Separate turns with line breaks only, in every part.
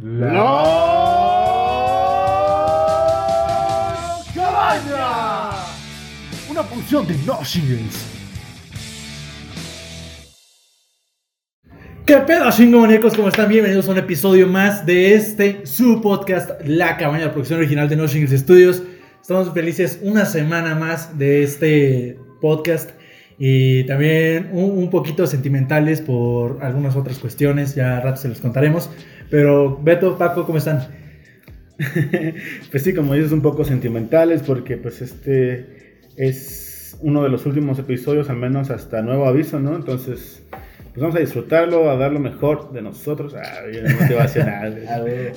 La... ¡Los Cabaña! Una función de No Singles.
¿Qué pedo, chingomonecos? ¿Cómo están? Bienvenidos a un episodio más de este, su podcast, La Cabaña, la producción original de No Singles Studios. Estamos felices una semana más de este podcast y también un, un poquito sentimentales por algunas otras cuestiones, ya a rato se los contaremos. Pero Beto, Paco, ¿cómo están?
pues sí, como dices, un poco sentimentales porque pues este es uno de los últimos episodios, al menos hasta nuevo aviso, ¿no? Entonces, pues vamos a disfrutarlo, a dar lo mejor de nosotros. Ah, yo no te voy a decir nada.
A ver.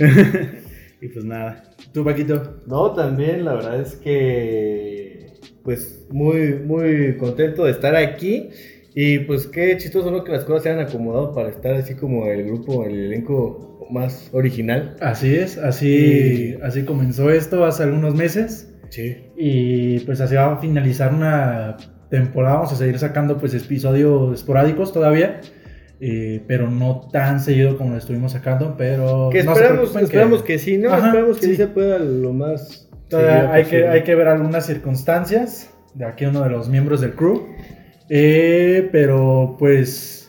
y pues nada.
¿Tú, Paquito?
No, también la verdad es que pues muy muy contento de estar aquí y pues qué chistoso ¿no? que las cosas se han acomodado para estar así como el grupo, el elenco más original.
Así es, así, así comenzó esto hace algunos meses.
Sí.
Y pues así va a finalizar una temporada. Vamos a seguir sacando pues episodios esporádicos todavía. eh, pero no tan seguido como lo estuvimos sacando. Pero
Que
no se
esperamos,
preocupen que
esperamos que... sí, ¿no?
Ajá,
esperamos que sí.
sí.
se pueda lo más
todavía
seguido
hay, que,
posible.
hay que ver algunas circunstancias de aquí uno de los miembros del crew. Eh, pero pues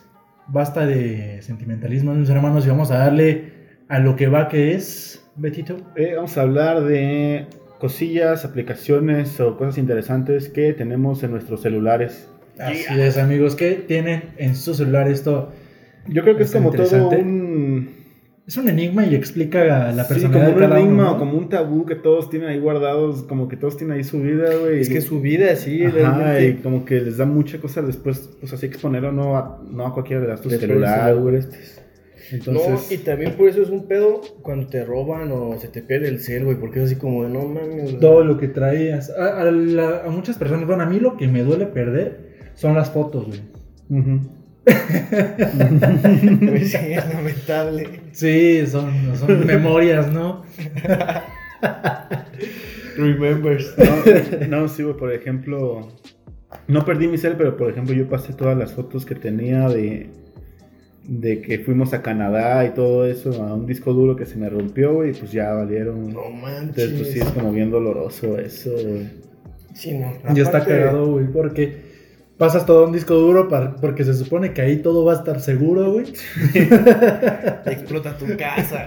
basta de sentimentalismo, mis hermanos. Y vamos a darle a lo que va que es, Betito.
Eh, vamos a hablar de cosillas, aplicaciones o cosas interesantes que tenemos en nuestros celulares.
Así es, amigos, que tienen en su celular esto.
Yo creo que es
Está
como todo
interesante.
un...
Es un enigma y explica la
sí,
personalidad
como
de
un
cada
enigma
uno.
o
¿no?
como un tabú que todos tienen ahí guardados, como que todos tienen ahí su vida, güey.
Es que su vida sí,
Ajá, y
realmente. pues,
como que les da mucha cosa después, pues así exponerlo no a, no a cualquiera le das tu
De
celular,
prensa,
güey.
no, y
Entonces,
también por eso es un pedo cuando te roban o se te pierde el cel, güey, porque es así como de no mames. o sea,
Todo lo que traías. A, a la- a muchas personas, bueno, a mí lo que me duele perder son las fotos, güey.
ujú.
Sí, es lamentable.
Sí, son, son memorias, ¿no?
Remembers.
no, no, sí, güey, por ejemplo, no perdí mi cel, pero por ejemplo yo pasé todas las fotos que tenía de, de que fuimos a Canadá y todo eso a un disco duro que se me rompió, güey, y pues ya valieron.
No manches.
Entonces, pues sí, es como bien doloroso eso, güey.
Sí, no.
Ya está
Aparte,
cagado, güey, porque pasas todo un disco duro para- porque se supone que ahí todo va a estar seguro, güey.
Explota tu casa.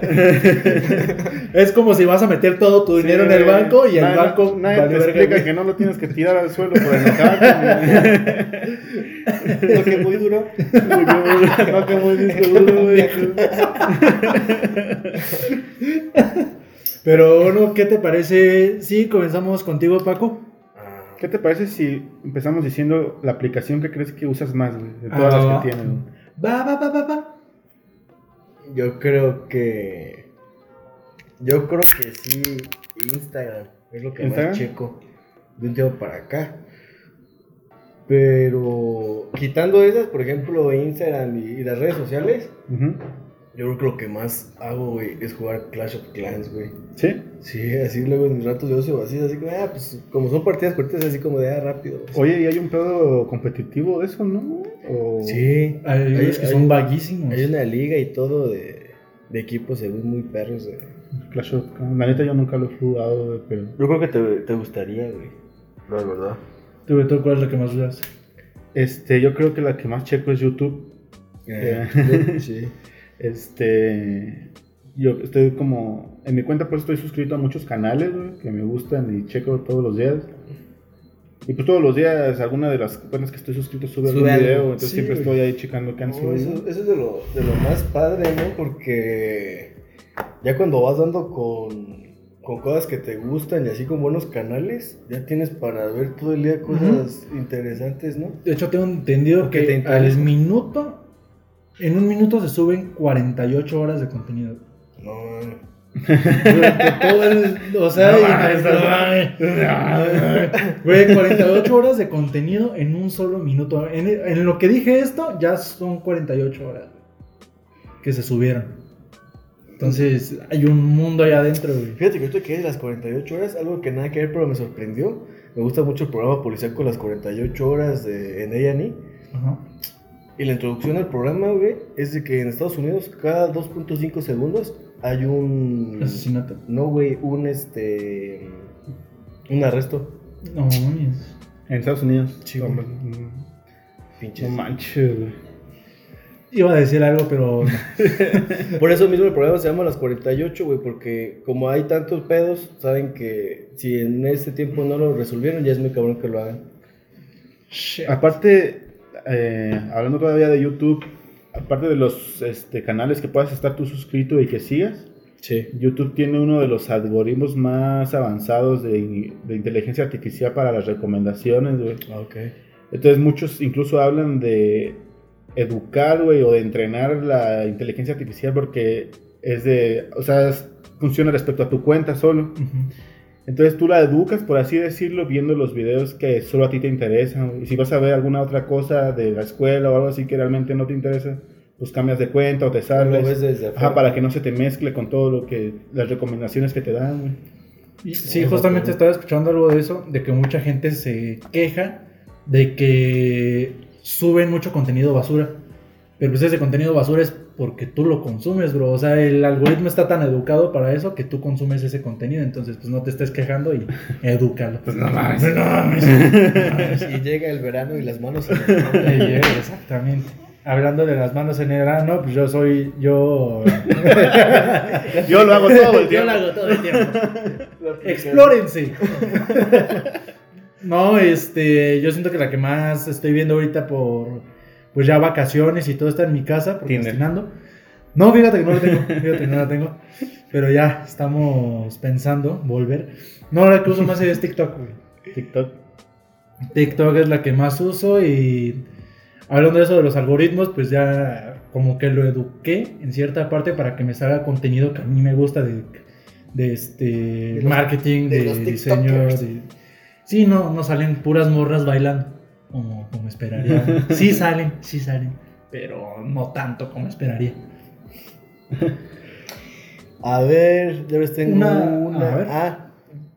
Es como si vas a meter todo tu dinero en el
Sí,
banco y el
nadie-
banco
Nadie
vale
te
verga,
explica
güey.
que no lo tienes que tirar al suelo por enojarte, güey.
Lo que muy duro.
No que muy disco duro, güey.
Pero bueno, ¿qué te parece si comenzamos contigo, Paco?
¿Qué te parece si empezamos diciendo la aplicación que crees que usas más, güey? De todas
Ah,
las
va.
que tienes, güey.
Va, va, va, va, va.
Yo creo que. Yo creo que sí. Instagram. Es lo que
¿Instagram?
más checo. De un tiempo para acá. Pero. Quitando esas, por ejemplo, Instagram y, y las redes sociales.
Ujú.
Yo creo que lo que más hago, güey, es jugar Clash of Clans, güey.
¿Sí?
Sí, así luego en mis ratos de ocio, así, así como, ah, pues como son partidas cortas, así como de ah, rápido.
Oye, ¿y hay un pedo competitivo de eso, no? O-
Sí,
Hay
Hay-
unos que
hay-
son vaguísimos.
hay una liga y todo de, de equipos según muy perros. güey.
Clash of Clans. La neta yo nunca lo he jugado, güey, pero...
Yo creo que te, te gustaría, güey. No, es verdad.
¿Tú, Beto, cuál es la que más usas?
Este, yo creo que la que más checo es YouTube.
Eh, sí.
Este... Yo estoy como... En mi cuenta pues estoy suscrito a muchos canales, güey, que me gustan y checo todos los días. Y pues todos los días alguna de las cuentas que estoy suscrito sube,
Sube
algún
algo. Oh,
video, entonces
Sí,
siempre
güey.
estoy ahí checando qué han
No,
subido.
eso, eso es de lo, de lo más padre, ¿no? Porque ya cuando vas dando con, con cosas que te gustan y así con buenos canales, ya tienes para ver todo el día cosas interesantes, ¿no?
De hecho, tengo entendido
¿O qué
que
te
al
interesa?
minuto, en un minuto se suben 48 horas de contenido.
No, mames.
Durante todo el- o sea,
No
y-
mames, no mames.
Güey, 48 horas de contenido en un solo minuto. En, en lo que dije esto, ya son 48 horas güey, que se subieron. Entonces, hay un mundo allá adentro, güey.
Fíjate que ahorita que es las 48 horas, algo que nada que ver, pero me sorprendió. Me gusta mucho el programa policial con las 48 horas de, en A&E.
Ajá.
E. Y la introducción al programa, güey, es de que en Estados Unidos cada 2.5 segundos hay
Mm.
un...
Asesinato.
No, güey, un este... Un arresto.
No mames.
En Estados Unidos.
Sí,
No,
güey.
man-
Pinches.
no manches, güey.
Iba a decir algo, pero.
Por eso mismo el programa se llama Las 48, güey, porque como hay tantos pedos, saben que si en ese tiempo no lo resolvieron, ya es muy cabrón que lo hagan.
Aparte, eh, hablando todavía de YouTube, aparte de los este, canales que puedas estar tú suscrito y que sigas,
Sí.
YouTube tiene uno de los algoritmos más avanzados de, de inteligencia artificial para las recomendaciones, güey.
Ok.
Entonces muchos incluso hablan de educar, güey, o de entrenar la inteligencia artificial porque es de, o sea, es- funciona respecto a tu cuenta solo. Entonces tú la educas, por así decirlo, viendo los videos que solo a ti te interesan. güey. Y si vas a ver alguna otra cosa de la escuela o algo así que realmente no te interesa, pues cambias de cuenta o te
Lo
sales.
ves desde
Ajá,
afuera.
para que no se te mezcle con todo lo que, las recomendaciones que te dan, güey.
Y Sí, justamente estaba escuchando algo de eso, de que mucha gente se queja de que suben mucho contenido basura. Pero pues ese contenido basura es porque tú lo consumes, bro. O sea, el algoritmo está tan educado para eso que tú consumes ese contenido. Entonces, pues no te estés quejando y edúcalo.
Pues no mames.
No mames. No mames.
Y llega el verano y las manos se
Ahí llega, Exactamente. Hablando de las manos en el ano, pues yo soy. Yo.
Yo lo hago todo el
yo lo
tiempo.
hago todo el tiempo. Explórense. No, este, yo siento que la que más estoy viendo ahorita por, pues ya vacaciones y todo está en mi casa,
Tinder.
procrastinando. No, fíjate que no la tengo, fíjate que no la tengo. Pero ya estamos pensando volver. No, la que uso más es TikTok, güey.
TikTok.
TikTok es la que más uso y hablando de eso de los algoritmos, pues ya como que lo eduqué en cierta parte para que me salga contenido que a mí me gusta de, de este
los-
marketing,
de
de,
los
diseño.
tiktokers.
de- Sí, no, no salen puras morras bailando como, como esperaría. Sí salen, sí salen, pero no tanto como esperaría.
A ver, yo les tengo una.
Una- a ver.
ah,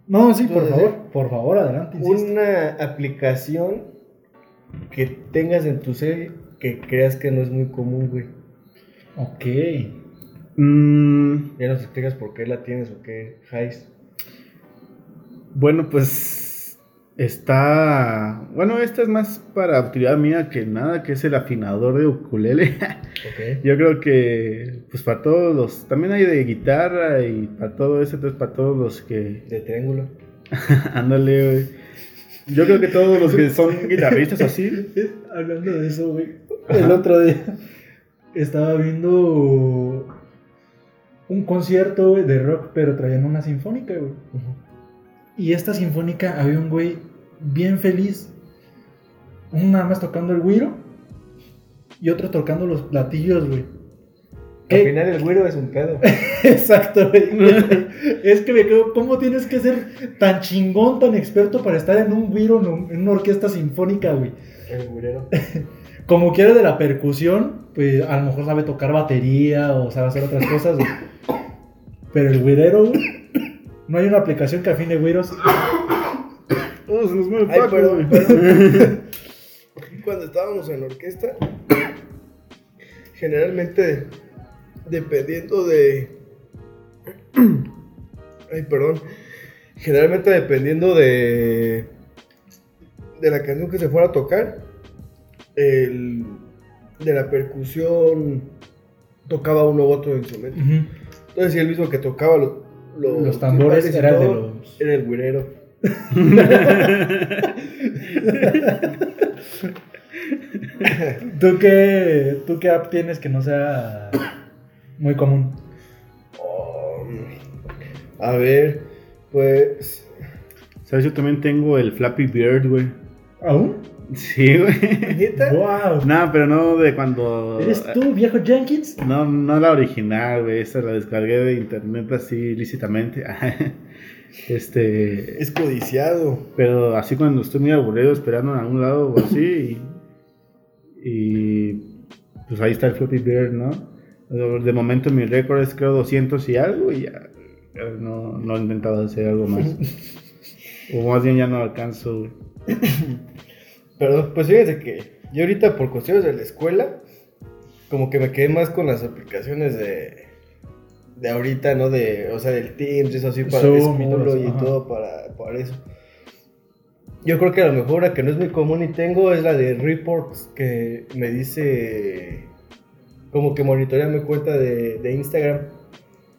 No, sí, por
Entonces,
favor, por favor, adelante. insisto.
una aplicación que tengas en tu serie que creas que no es muy común, güey.
Ok.
Mm,
Ya nos explicas por qué la tienes o qué, Jais.
Bueno, pues está. Bueno, esta es más para utilidad mía que nada, que es el afinador de ukulele.
Ok.
Yo creo que, pues para todos los. También hay de guitarra y para todo eso, entonces para todos los que.
De triángulo.
Ándale, güey. Yo creo que todos los que son guitarristas o así.
Hablando de eso, güey.
Ajá.
El otro día estaba viendo un concierto güey, de rock, pero traían una sinfónica, güey. Y esta sinfónica había un güey bien feliz, uno nada más tocando el güiro y otro tocando los platillos, güey.
Al
¿Qué?
final el güiro es un pedo.
Exacto, güey. es que me quedo, ¿cómo tienes que ser tan chingón, tan experto para estar en un güiro, en un- en una orquesta sinfónica, güey?
El güirero.
como quiere de la percusión, pues a lo mejor sabe tocar batería o sabe hacer otras cosas. güey. Pero el güirero, güey, no hay una aplicación que afine güiros.
Oh, se nos mueve
Ay,
Paco,
perdón,
güey.
perdón. Cuando estábamos en la orquesta, generalmente dependiendo de. Ay, perdón. Generalmente dependiendo de. de la canción que se fuera a tocar, el, de la percusión tocaba uno u otro instrumento. Entonces, si el mismo que tocaba lo- lo-
Los tambores
timbales y
era el de
todo,
los-
Era el güirero.
¿Tú qué, ¿Tú qué app tienes que no sea muy común?
A ver, pues.
¿Sabes? Yo también tengo el Flappy Bird, güey.
¿Aún?
Sí, güey.
¿Neta?
¡Wow!
Nada, pero no de cuando. eh,
¿Eres tú, viejo Jenkins?
No, no la original, güey. Esa la descargué de internet así ilícitamente. este.
Es codiciado.
Pero así cuando estoy muy aburrido esperando en algún lado o así. Y, y, pues ahí está el Flappy Bird, ¿no? De momento mi récord es creo 200 y algo y ya. ya No, no he intentado hacer algo más. o más bien ya no alcanzo, güey.
Pero pues fíjense que Yo ahorita por cuestiones de la escuela, como que me quedé más con las aplicaciones de, de ahorita, ¿no? De, o sea, del Teams, eso así, para
Zoom y todo
escudo
eso,
y
ajá.
todo para, para eso. Yo creo que a lo mejor la que no es muy común y tengo es la de Reports, que me dice, como que monitorea mi cuenta de, de Instagram.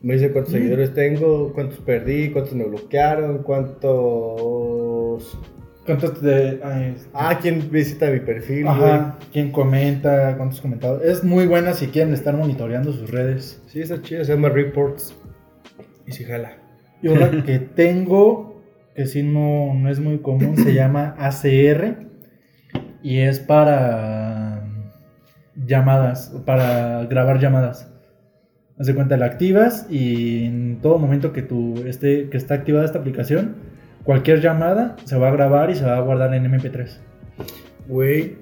Me dice
Mm.
cuántos seguidores tengo, cuántos perdí, cuántos me bloquearon, cuántos...
¿Cuántos de, ay,
Ah, quién visita mi perfil, güey.
Ajá, quién comenta, cuántos comentados. Es muy buena si quieren estar monitoreando sus redes.
Sí, está chida, se llama Reports. Y si jala.
Yo la que tengo, que sí no, no es muy común, se llama ACR y es para llamadas, para grabar llamadas. Haz de cuenta, la activas y en todo momento que, tu, esté, que está activada esta aplicación, cualquier llamada se va a grabar y se va a guardar en MP3.
Güey,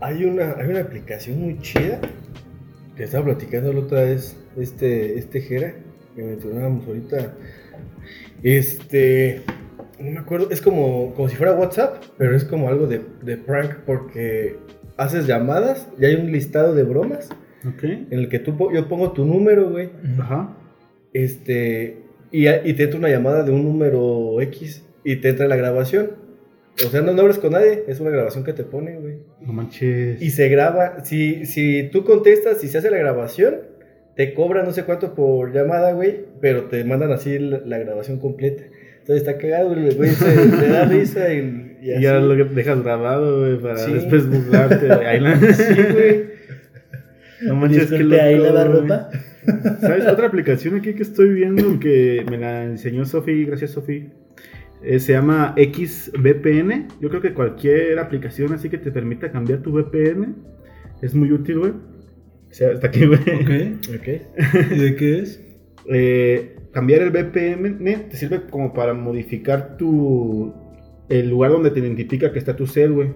hay una, hay una aplicación muy chida que estaba platicando la otra vez este, este Jera, que mencionábamos ahorita. Este, no me acuerdo, es como, como si fuera WhatsApp, pero es como algo de, de prank porque haces llamadas y hay un listado de bromas
Ok.
en el que tú, po- yo pongo tu número, güey,
Ajá.
Este, y, y te entra una llamada de un número X y te entra la grabación. O sea, no, no hablas con nadie, es una grabación que te ponen, güey.
No manches.
Y se graba, si, si tú contestas y se hace la grabación, te cobra no sé cuánto por llamada, güey, pero te mandan así la, la grabación completa. Entonces está cagado, güey, güey, se, te da risa y, y
Y
así.
ya lo dejas grabado, güey, para
Sí.
después burlarte. güey. Ahí la-
Sí, güey.
No manches, qué
Disculpe, ahí
loco,
lavarropa.
güey. ¿Sabes? Otra aplicación aquí que estoy viendo que me la enseñó Sofi, gracias Sofi. Eh, se llama XVPN. Yo creo que cualquier aplicación así que te permita cambiar tu VPN es muy útil, güey. O sea, hasta aquí, güey.
Ok.
¿Y de qué es?
Eh, cambiar el VPN ne, te sirve como para modificar tu el lugar donde te identifica que está tu ser, güey.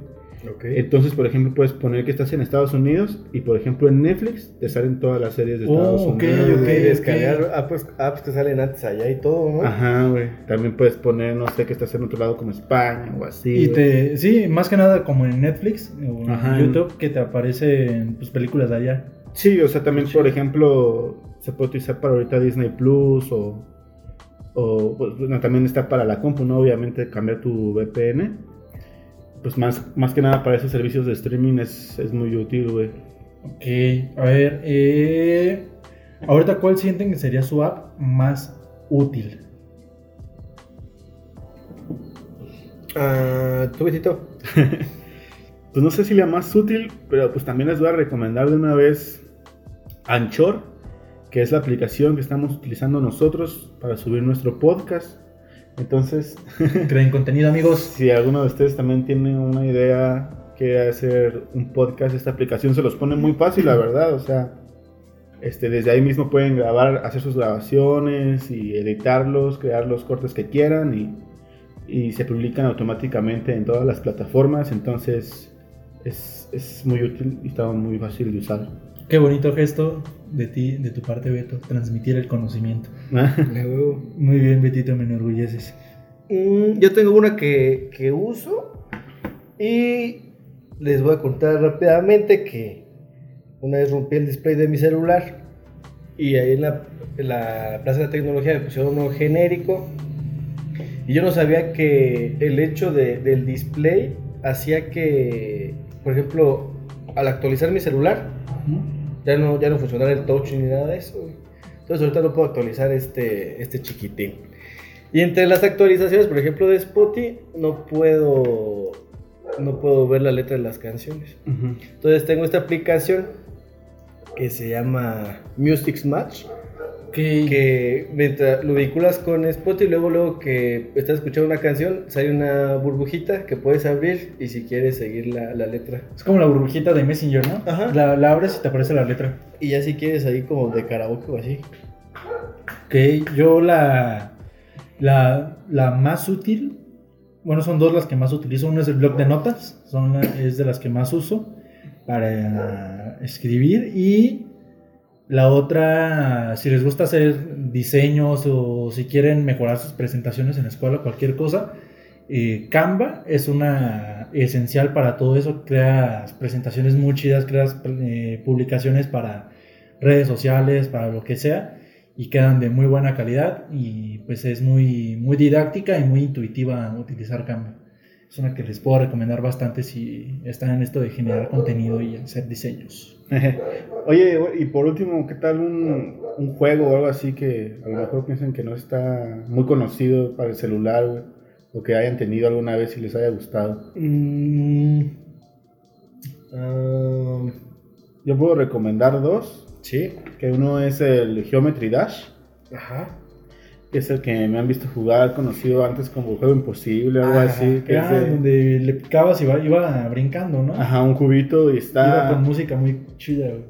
Ok.
Entonces, por ejemplo, puedes poner que estás en Estados Unidos y, por ejemplo, en Netflix te salen todas las series de
Oh,
Estados
ok,
Unidos.
ok.
güey.
Descargar apps, apps que salen antes allá y todo, ¿no?
Ajá, güey. También puedes poner, no sé, que estás en otro lado como España o así.
Y
güey.
te, sí, más que nada como en Netflix o en
Ajá.
YouTube que te aparecen pues, películas de allá.
Sí, o sea, también, por ejemplo, se puede utilizar para ahorita Disney Plus o. O pues, bueno, también está para la compu, ¿no? Obviamente, cambiar tu VPN. Pues más, más que nada para esos servicios de streaming es, es muy útil, güey.
Ok, a ver, eh, ahorita cuál sienten que sería su app más útil.
Ah, tú, Betito.
pues no sé si la más útil, pero pues también les voy a recomendar de una vez Anchor, que es la aplicación que estamos utilizando nosotros para subir nuestro podcast. Entonces,
Creen contenido, amigos.
si alguno de ustedes también tiene una idea que hacer un podcast, esta aplicación se los pone muy fácil, la verdad. O sea, este, desde ahí mismo pueden grabar, hacer sus grabaciones y editarlos, crear los cortes que quieran y, y se publican automáticamente en todas las plataformas. Entonces, es, es muy útil y está muy fácil de usar.
Qué bonito gesto de ti, de tu parte, Beto, transmitir el conocimiento.
Luego.
Muy bien, Betito, me enorgulleces.
Mm, yo tengo una que, que uso y les voy a contar rápidamente que una vez rompí el display de mi celular y ahí en la, en la Plaza de la Tecnología me pusieron uno genérico y yo no sabía que el hecho de- del display hacía que, por ejemplo, al actualizar mi celular, ya no, ya no funcionara el touch ni nada de eso. güey. Entonces ahorita no puedo actualizar este, este chiquitín. Y entre las actualizaciones, por ejemplo, de Spotify, no puedo, no puedo ver la letra de las canciones. Entonces tengo esta aplicación que se llama Music Match,
¿Qué?
que mientras lo vinculas con Spotify, luego luego que estás escuchando una canción, sale una burbujita que puedes abrir y si quieres seguir la, la letra.
Es como la burbujita de Messenger, ¿no?
Ajá.
La, la abres y te aparece la letra.
Y ya si quieres ahí como de karaoke o así.
Ok, yo la, la, la más útil, bueno, son dos las que más utilizo. Una es el blog de notas, son la- es de las que más uso para escribir. Y la otra, si les gusta hacer diseños o si quieren mejorar sus presentaciones en la escuela, cualquier cosa, eh, Canva es una esencial para todo eso. Creas presentaciones muy chidas, creas eh, publicaciones para redes sociales, para lo que sea, y quedan de muy buena calidad y pues es muy, muy didáctica y muy intuitiva utilizar Canva. Es una que les puedo recomendar bastante si están en esto de generar contenido y hacer diseños.
Oye, y por último, ¿qué tal un, un juego o algo así que a lo mejor piensen que no está muy conocido para el celular, güey, O que hayan tenido alguna vez y les haya gustado.
Mm, ah,
Yo puedo recomendar dos,
sí.
que uno es el Geometry Dash,
Ajá.
que es el que me han visto jugar, conocido antes como Juego Imposible, algo así. Que
Ah,
es de-
donde le picabas y iba, iba brincando, ¿no?
Ajá, un cubito y
Iba
está...
con música muy chida, güey.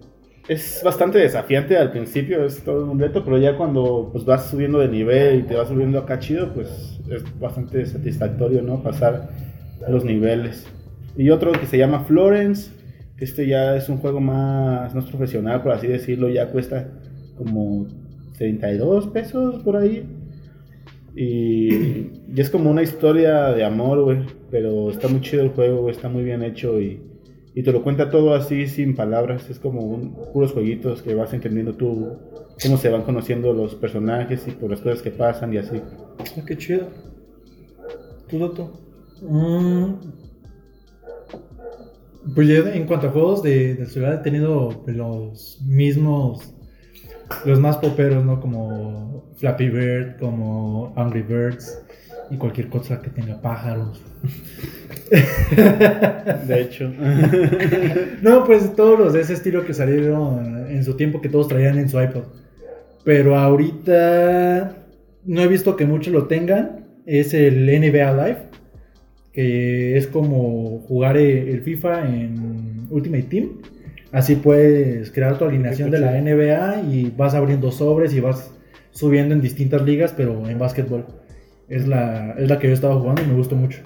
Es bastante desafiante al principio, es todo un reto, pero ya cuando pues, vas subiendo de nivel y te vas subiendo acá chido, pues es bastante satisfactorio, ¿no? Pasar los niveles. Y otro que se llama Florence, que este ya es un juego más, más profesional, por así decirlo, ya cuesta como 32 pesos por ahí. Y, y es como una historia de amor, güey, pero está muy chido el juego, güey, está muy bien hecho y... Y te lo cuenta todo así, sin palabras. Es como un- puros jueguitos que vas entendiendo tú cómo se van conociendo los personajes y por las cosas que pasan y así.
Ah, qué chido. ¿Tú, Doto? Mm. Pues yo en cuanto a juegos de, del celular he tenido pues, los mismos, los más poperos, ¿no? Como Flappy Bird, como Angry Birds y cualquier cosa que tenga pájaros.
De hecho,
No, pues todos los de ese estilo que salieron en su tiempo que todos traían en su iPod. Pero ahorita no he visto que muchos lo tengan. Es el NBA Live, que es como jugar e- el FIFA en Ultimate Team. Así puedes crear tu alineación de la NBA y vas abriendo sobres y vas subiendo en distintas ligas, pero en básquetbol. Es la, es la que yo estaba jugando y me gustó mucho.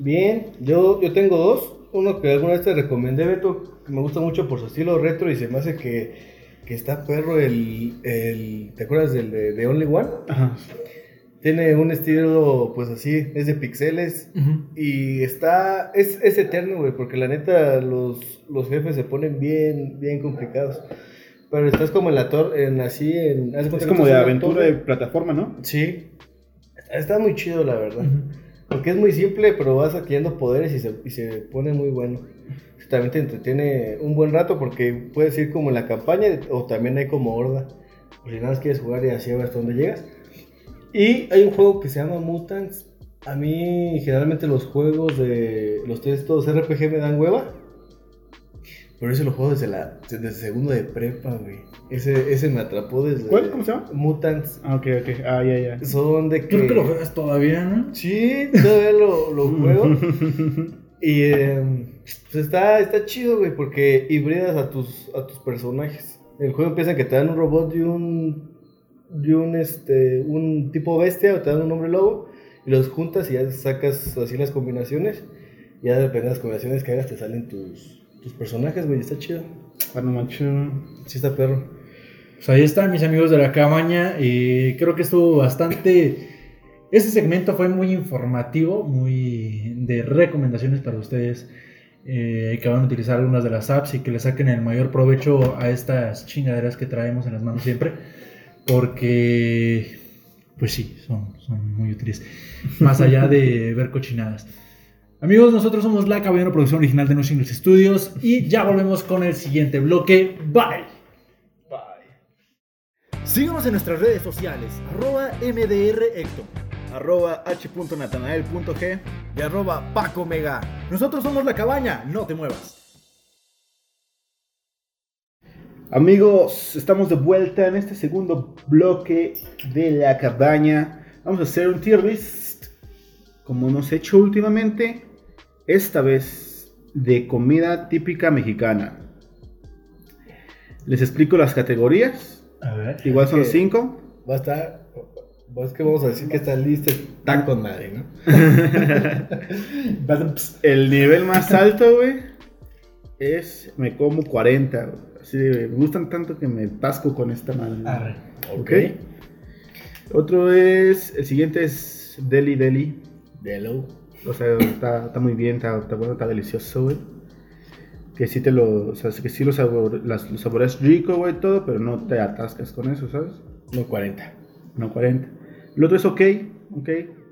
Bien, yo, yo tengo dos. Uno que alguna vez te recomendé, Beto, que me gusta mucho por su estilo retro y se me hace que, que está perro el, el- ¿Te acuerdas del de, de Only One?
Ajá.
Tiene un estilo, pues así, es de pixeles. Y está, es, es eterno, güey, porque la neta los, los jefes se ponen bien, bien complicados. Pero estás como en la torre, en así, en... haz de
es
cuenta que
como
estás
de
en la
aventura de
torre.
plataforma, ¿no?
Sí. Está, está muy chido, la verdad. Porque es muy simple, pero vas adquiriendo poderes y se, y se pone muy bueno. También te entretiene un buen rato porque puedes ir como en la campaña o también hay como horda. Por si nada más quieres jugar y así a ver hasta dónde llegas. Y hay un juego que se llama Mutants. A mí generalmente los juegos de los textos RPG me dan hueva. Pero ese lo juego desde la desde segundo de prepa, güey. Ese, ese me atrapó desde...
¿Cuál? ¿Cómo se llama?
Mutants.
Ah, ok, ok. Ah, ya, ya.
Son de que...
Creo que lo juegas todavía, ¿no?
Sí, todavía lo, lo juego. Y em, pues está, está chido, güey, porque hibridas a tus, a tus personajes. El juego empieza en que te dan un robot y un, y un, este, un tipo bestia o te dan un hombre lobo y los juntas y ya sacas así las combinaciones. Ya depende de las combinaciones que hagas, te salen tus, tus personajes, güey, está chido.
Ah, no manches.
Sí, está perro.
Pues ahí están mis amigos de la cabaña. eh, creo que estuvo bastante. Este segmento fue muy informativo, muy de recomendaciones para ustedes eh, que van a utilizar algunas de las apps y que le saquen el mayor provecho a estas chingaderas que traemos en las manos siempre. Porque, pues sí, son, son muy útiles. Más allá de ver cochinadas. Amigos, nosotros somos la Caballero producción original de No Singles Studios y ya volvemos con el siguiente bloque. Bye.
Síguenos en nuestras redes sociales, arroba mdrhector, arroba h.natanael.g y arroba Paco Mega. Nosotros somos La Cabaña, no te muevas.
Amigos, estamos de vuelta en este segundo bloque de la cabaña. Vamos a hacer un tier list, como hemos hecho últimamente, esta vez de comida típica mexicana. Les explico las categorías,
A ver.
igual son
Ok.
cinco.
Va a estar... Es que vamos a decir que está listo, está con madre, ¿no?
El nivel más alto, güey, es me como 40. güey. Así de, me gustan tanto que me tasco con esta madre.
Arre.
Ok. Otro es, el siguiente es Deli Deli.
De low.
O sea, está, está muy bien, está, está bueno, está delicioso, güey. Que sí te lo, o sea, que sí lo, sabor, las- lo saboreas rico, güey, todo, pero no te atascas con eso, ¿sabes?
No 40.
No 40. El otro es ok, ok.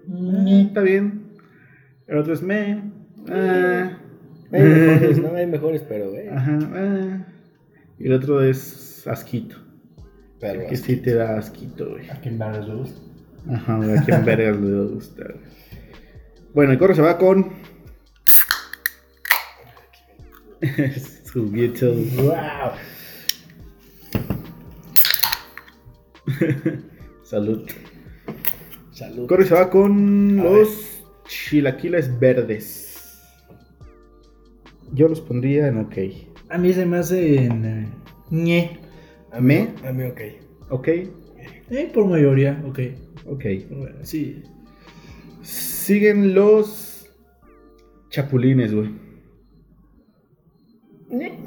Mm.
Está bien. El otro es me. ah,
Hay mejores, no hay mejores, pero, eh.
ajá, ah. Y el otro es asquito.
Pero
Que sí te da asquito, güey.
¿A quién van los dos?
Ajá, güey, a quien vergas le gusta, güey. Bueno, el correo se va con. Subieto.
¡Wow!
Salud. El
Salud.
correo se va con
A
los chilaquiles verdes. Yo los pondría en ok.
A mí se me hace en. eh, ñe.
A mí,
¿Me?
a mí, ok.
Ok,
Eh, por mayoría, ok.
ok.
Bueno, sí.
Siguen los chapulines, güey.
ñe.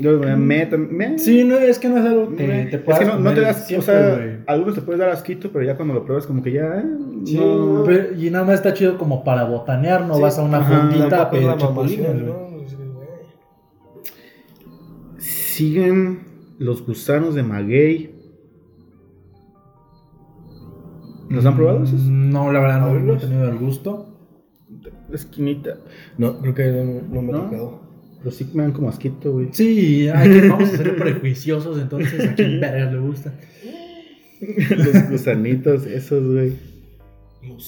Yo los pondría me también. me.
Mm. Sí, no, es que no es algo que
Eh,
te
es
puedas
que no, no
comer
te das, o
siempre,
sea,
güey.
algunos te puedes dar asquito, pero ya cuando lo pruebas como que ya, eh,
Sí,
no.
pero- y nada más está chido como para botanear, no
Sí,
vas a una
ajá,
fundita a
Tampoco es
pedir
la
chapulines,
mamación,
güey.
Eh, ¿no? Sí, güey.
siguen los gusanos de maguey. ¿Los han probado esos?
Mm, No, la verdad no, no he
¿Abrirlos?
tenido el gusto.
Esquinita.
No, creo que no, no me ha
¿No?
tocado.
Pero sí me dan como asquito, güey.
Sí, hay que- vamos a ser prejuiciosos entonces, a quien verga le gusta.
los gusanitos, esos, güey.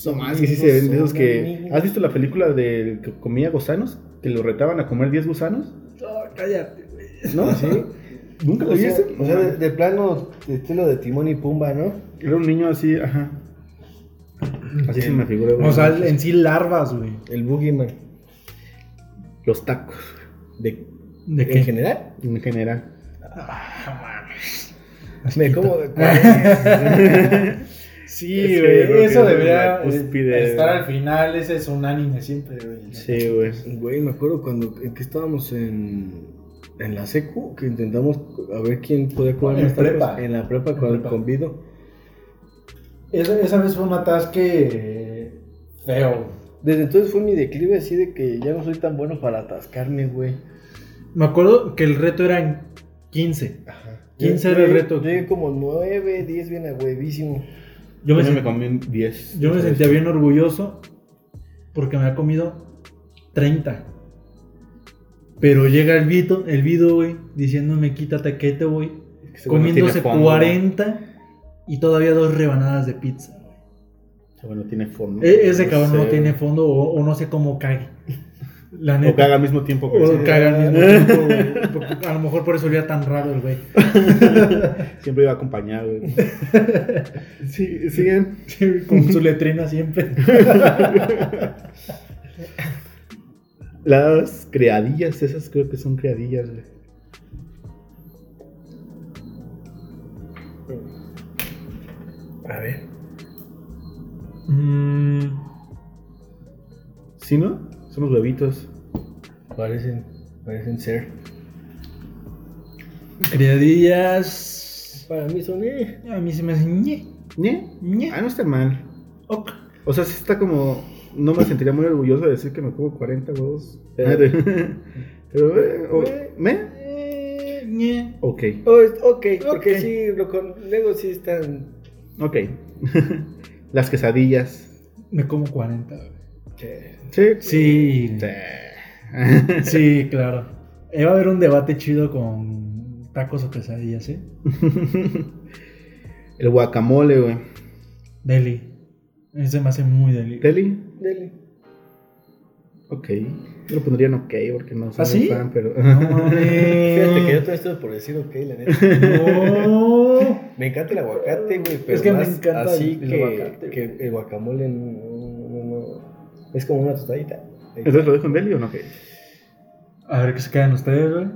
No más, que sí se ven de esos que. ¿Has visto la película de que comía gusanos? Que lo retaban a comer 10 gusanos.
No, Ah, cállate, güey.
¿No?
¿Sí?
¿Ah, ¿Nunca lo
O sea,
viste?
o sea, de, de plano, de estilo de Timón y Pumba, ¿no?
Era un niño así, ajá. Así se me figura, güey.
O sea, en sí larvas, güey.
El Boogeyman.
Los tacos,
De,
¿De
¿En
qué? Ah,
general?
en general.
Me como de
Sí,
Es que
güey,
yo creo que
eso
es
debería
la cúspide,
eh, estar
güey.
al final, ese es un anime siempre, güey.
Sí, güey.
Güey, me acuerdo cuando en que estábamos en, en la secu, que intentamos a ver quién podía comer
En
más tacos.
prepa.
En la prepa
En
con,
prepa.
con Vido.
Esa, esa vez fue un atasque eh, feo.
Desde entonces fue mi declive así de que ya no soy tan bueno para atascarme, güey.
Me acuerdo que el reto eran 15. 15 era el
Llegué-
reto.
Llegué como 9, 10 bien a huevísimo.
Yo me,
Yo me
sent-
comí un 10.
yo me sentía bien orgulloso porque me había comido 30. Pero llega el Vito, el Vido, güey, diciéndome quítate que te voy. Comiéndose 40 y todavía dos rebanadas de pizza.
Bueno, tiene fondo.
E- ese cabrón no
sé.
tiene fondo o, o no sé cómo cague. La
O
neta.
caga al mismo tiempo que
O
sí.
caga al mismo tiempo, güey, porque A lo mejor por eso olía tan raro el güey.
Siempre iba acompañado. güey. sí, siguen.
Sí, Con su letrina siempre.
Las creadillas, esas creo que son creadillas, güey.
A ver.
Mm,
¿Sí, no? Son los huevitos.
Parecen, parecen ser.
criadillas.
Para mí son eh.
A mí se me hace ñe,
¿Nie?
ñe,
Ah, no está mal.
ok.
O sea, sí está como. No me sentiría muy orgulloso de decir que me como 40 huevos. Pero, eh, o- ¿me?
Eh, ñe.
Ok,
Oh, es- ok, porque
Ok.
sí, lo con, luego sí están.
ok. Las quesadillas.
Me como 40. güey.
che.
Sí.
Sí,
Sí.
sí, claro. Eh, va a haber un debate chido con tacos o quesadillas, ¿eh?
El guacamole, güey.
Deli. Ese me hace muy deli.
¿Teli?
Dele.
Ok. Yo lo pondría en ok porque no soy
¿Ah, sí?
fan, pero.
No, Mm.
Fíjate que yo
mames.
todo esto por decir ok, la neta.
No.
Me encanta el aguacate, güey, pero
Es que me
más
encanta
así
el- el
que,
aguacate,
que el guacamole no, no, no, no. es como una tostadita.
¿Entonces lo dejo en Deli o no?
A ver qué se quedan ustedes, güey.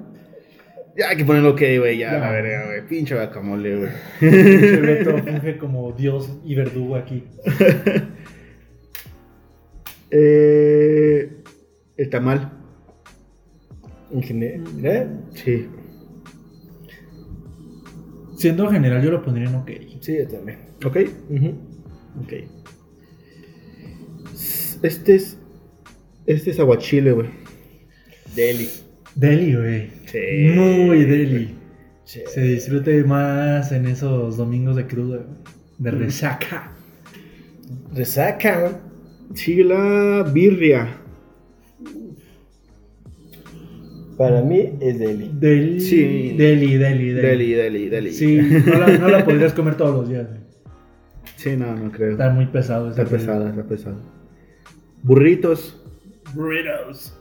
Ya hay que ponerlo ok, güey, ya,
Ya.
la verga, güey. Pinche guacamole, güey.
Pinche Beto funge como dios y verdugo aquí.
Eh, el tamal.
En
Mm.
general,
Sí.
Siendo general, yo lo pondría en ok.
sí, yo también.
¿Ok?
Ujú.
Ok. este es. Este es aguachile, güey.
Deli.
Deli, güey.
Sí.
Muy deli.
Sí.
Se disfrute más en esos domingos de cruda, güey. de resaca.
Resaca.
Chila birria.
Para mí es deli.
Deli,
Sí.
deli, deli, deli.
deli, deli.
Sí, no la, no la podrías comer todos los días. güey.
Sí, no, no creo.
Está muy pesado. ese
Está
pedo.
pesada, está pesada. Burritos.
Burritos.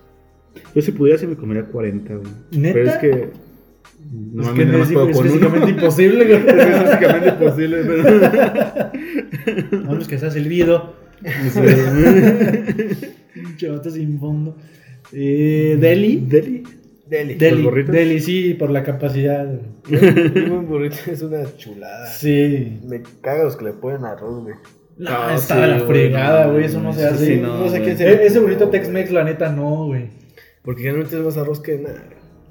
Yo si pudiera, se me comería 40, güey.
¿Neta?
Pero es que.
Es
No,
que no
no más
es,
puedo
es
con uno.
físicamente imposible.
Es
güey.
que es básicamente imposible, pero.
A menos que seas hervido.
Sí.
Un chavote sin fondo. Eh, deli.
Mm, Deli.
Deli.
Deli,
burritos?
deli, sí, por la capacidad. güey.
Un buen burrito es una chulada.
Sí.
Me caga los que le ponen arroz, güey.
No,
Ah,
está
sí,
de la
güey,
fregada,
no,
güey. Eso no se
eso
hace.
sí, no,
no sé
güey.
quién se
E- ese burrito Tex-Mex, la neta, no, güey.
Porque generalmente es más arroz que nada.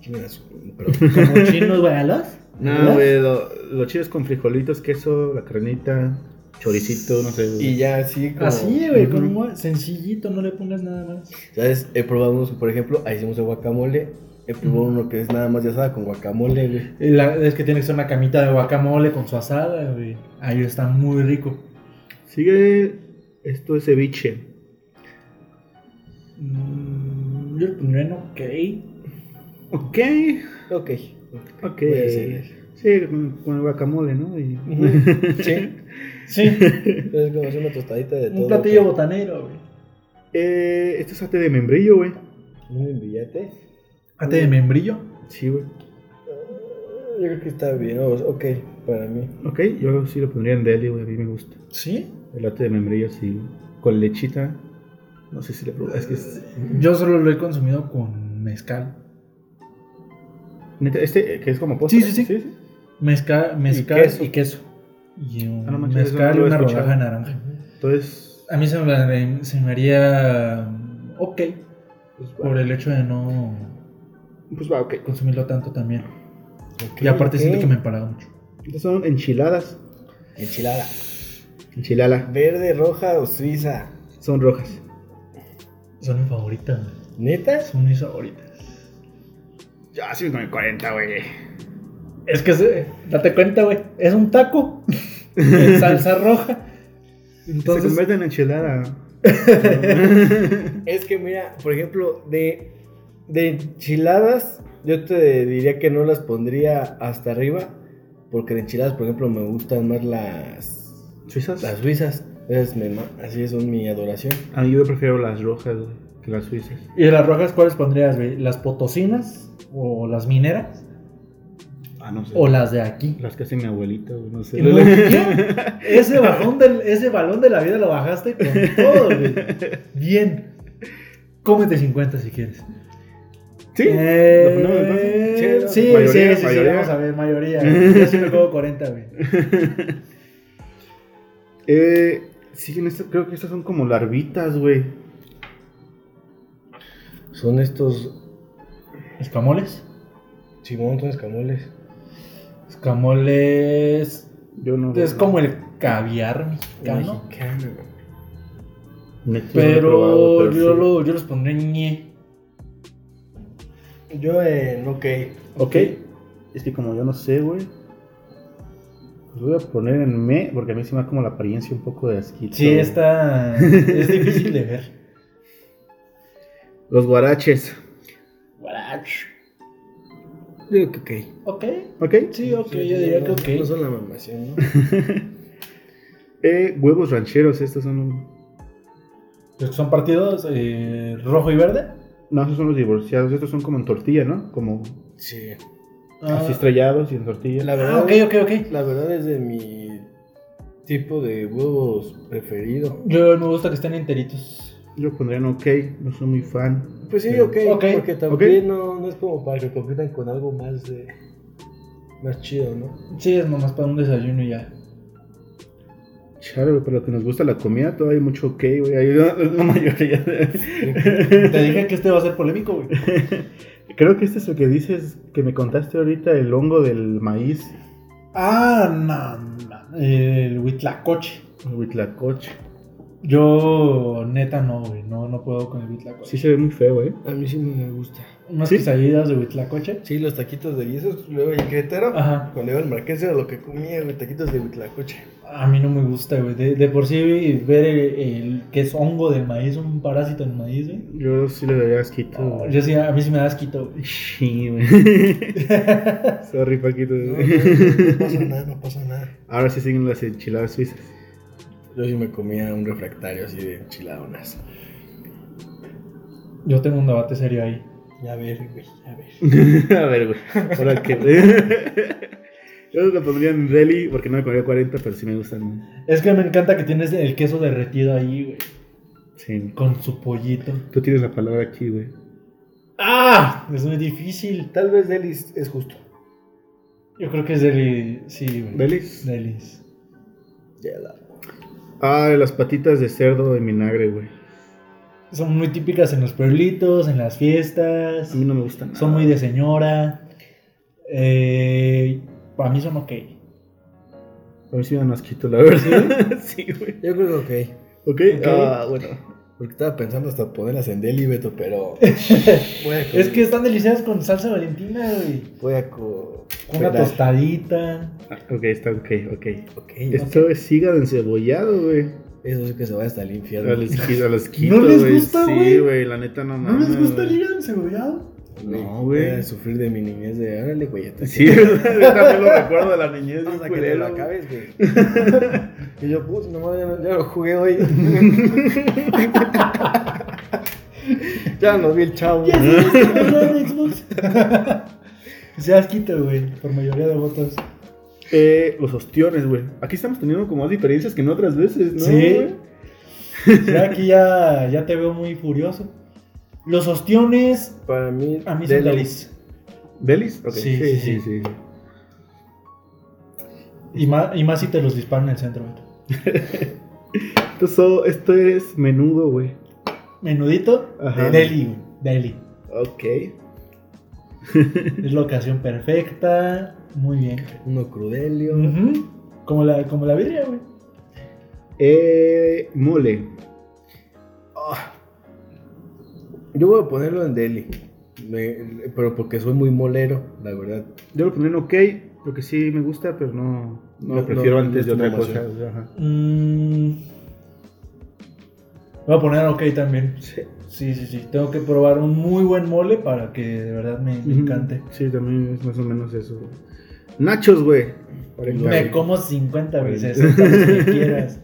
Tiene azúcar, pero-
Como chinos, güey, alas.
No,
¿Alas?
güey, lo, los chiles con frijolitos, queso, la carnita, choricito, no sé. güey.
Y ya así como.
Así, güey, con un
Ujú.
gua- sencillito, no le pongas nada más.
¿Sabes? He probado unos, por ejemplo, ahí hicimos el guacamole. He probado uno que es nada más de asada con guacamole, güey.
Y Eh, la- es que tiene que ser una camita de guacamole con su asada, güey. Ahí está muy rico.
Sigue. Esto es ceviche.
Mm, Yo le pondría en ok.
Ok.
Ok.
Ok.
Puede ser.
Sí, con, con el guacamole, ¿no? Y-
Sí.
Sí,
Es como hacer una tostadita de todo.
un platillo
con
botanero, güey.
Eh, este es ate de membrillo, güey.
Un billete.
Ate de membrillo.
Sí, güey.
Yo creo que está bien. o- Ok, para mí.
Ok, yo sí lo pondría en deli, güey. A mí me gusta.
Sí.
El ate de membrillo, sí. Con lechita. No sé si le probé. Es que. es-
Yo solo lo he consumido con mezcal.
neta, este, eh, que es como postre.
Sí, sí, sí. Mezcal, mezcal y queso.
queso.
Y, un
Ah, no manches, eso
mezcal
no
y
lo he
una rodaja
escuchado.
de naranja.
Entonces.
A mí se me, se me haría mm, ok
Pues va,
por el hecho de no
pues va, ok.
consumirlo tanto también.
Ok,
Y aparte
ok.
siento que me he parado mucho.
Estas son enchiladas.
Enchilada.
Enchilala.
Verde, roja o suiza.
Son rojas.
Son mis favoritas, güey.
¿Neta?
son mis favoritas.
Ya, sí, con el 40, güey.
Es que, se- date cuenta, güey, es un taco en salsa roja.
Se
Entonces,
convierte en enchilada.
Es que mira, por ejemplo, de, de enchiladas, yo te diría que no las pondría hasta arriba, porque de enchiladas, por ejemplo, me gustan más las,
¿Suizas?
las suizas. Esas me ma- así son mi adoración.
A mí yo prefiero las rojas, güey, que las suizas.
¿y de las rojas cuáles pondrías, güey? ¿Las potosinas o las mineras
Ah, no sé.
o las de aquí?
Las que hace mi abuelita, güey, no sé.
Y luego, ¿qué? Ese, bajón del- ese balón de la vida lo bajaste con todo, güey. Bien. Cómete 50 si quieres.
Sí.
Eh,
¿Lo ponemos entonces?
sí, sí,
Mayoría,
sí, sí,
mayoría.
vamos a ver, mayoría. güey. Yo sí me juego 40, güey.
Eh, sí, en esta- creo que estas son como larvitas, güey.
Son estos,
¿Escamoles?
Simón, son escamoles.
Escamoles.
Yo no.
Es como el caviar mexicano.
Mexicano.
Neta, no lo he probado,
Pero
pero
yo,
sí.
lo, yo los pondré en ñe.
Yo en ok.
Ok. Es que como yo no sé, güey. Los voy a poner en me, porque a mí se me da como la apariencia un poco de asquito.
Sí,
güey.
está. Es difícil de ver.
Los guaraches.
Digo que ok.
Ok.
¿Ok?
Sí, ok,
Sí,
yo diría que
no- No
ok.
son la mamación, ¿no?
Eh, huevos rancheros, estos son. un-
Los que son partidos eh, rojo y verde.
No, esos son los divorciados. Estos son como en tortilla, ¿no? Como
sí.
así estrellados y en tortilla.
La
Ah,
verdad,
ok, ok, ok.
la verdad es de mi tipo de huevos preferido.
Yo me gusta que estén enteritos.
Yo pondría en ok, no soy muy fan.
Pues sí,
Pero-
ok,
Ok.
porque
Ok.
también No, no es como para que compitan con algo más de más chido, ¿no?
Sí, es nomás para un desayuno y ya.
Chale, güey, para lo que nos gusta la comida, todavía hay mucho ok, güey. Hay una, una mayoría. de-
Te dije que este va a ser polémico, güey.
Creo que este es el que dices que me contaste ahorita, el hongo del maíz,
Ah, no, no. El huitlacoche.
el huitlacoche.
Yo, neta, no, güey. No, no puedo con el Huitlacoche.
Sí se ve muy feo, ¿eh?
A mí sí me gusta.
Unas
¿Sí?
quesadillas de Huitlacoche.
Sí, los taquitos de guisos, luego en Querétaro,
Ajá.
cuando iba al Marqués era lo que comía, güey, taquitos de huitlacoche.
A mí no me gusta, güey. De, de por sí, güey, ver el, el- que es hongo del maíz, un parásito del maíz, güey.
Yo sí le daría asquito. güey.
Yo sí, a mí sí me da asquito, güey.
Sí, güey. Sorry, Paquito.
No, no, no pasa nada, no pasa nada.
Ahora sí siguen las enchiladas suizas.
Yo sí me comía un refractario así de enchiladonas.
Yo tengo un debate serio ahí.
Ya ver, güey, ya ver.
A ver, güey. Ahora que. Yo lo pondría en deli porque no me comía 40, pero sí me gustan.
Es que me encanta que tienes el queso derretido ahí, güey.
Sí.
Con su pollito.
Tú tienes la palabra aquí, güey.
¡Ah! Es muy difícil.
Tal vez Delis es justo.
Yo creo que es Deli. Sí, güey.
¿Delis?
Delis.
Ya la.
Ah, las patitas de cerdo en vinagre, güey.
Son muy típicas en los pueblitos, en las fiestas.
A mí no me gustan.
Son muy de señora. Eh, para mí son ok.
A mí sí me dan asquito, la verdad. Sí, güey.
Yo creo que ok.
Ok, ah, bueno.
Porque estaba pensando hasta ponerlas en Deli, Beto, pero.
Es que están deliciosas con salsa valentina, güey.
Voy a. co-
Con una
esperar.
tostadita.
Ok, está ok, ok.
Ok,
Esto es hígado encebollado, güey.
eso sí que se va hasta el infierno.
A los qui- a los quitos,
¿No les
güey.
gusta,
Sí,
güey?
güey, la neta no
¿No
mames.
les gusta el
güey.
hígado encebollado?
No,
No,
güey.
güey.
Voy a sufrir de mi niñez de. Árale, güey. ya te-
Sí, yo también lo recuerdo de la niñez.
Hasta
bien
que te
culero,
lo
güey.
acabes, güey. y yo, putz, mi madre, ya, no- ya lo jugué hoy. ya no vi el chavo.
Ya sabes que me habló de Xbox. Se asquito, güey, por mayoría de votos.
Eh, los ostiones, güey. Aquí estamos teniendo como más diferencias que en otras veces, ¿no?
Sí.
güey?
Ya aquí ya, ya te veo muy furioso. Los ostiones,
Para mí,
a mí
de
son
la-
delis.
¿Delis? Ok.
Sí, sí,
sí.
Y más, y más si te los disparan en el centro, güey.
Esto, so- esto es menudo, güey.
Menudito,
Ajá.
deli, güey. Deli.
Ok.
Es la ocasión perfecta. Muy bien.
Uno crudelio.
Ujú. Como la, como la vidria, güey.
Eh, mole.
Ah. Yo voy a ponerlo en Delhi. Me- pero porque soy muy molero, la verdad.
Yo lo pondré en ok, porque sí me gusta, pero no.
No,
lo prefiero
no,
antes de
no es
otra
una
cosa.
emoción.
güey, Ajá.
Mm. Voy a poner ok también.
Sí.
Sí, sí, sí. Tengo que probar un muy buen mole para que de verdad me, me encante.
Sí, también es más o menos eso. güey. Nachos, güey.
Me
Me
Cuarenta, güey.
como 50 veces, 60 los que quieras.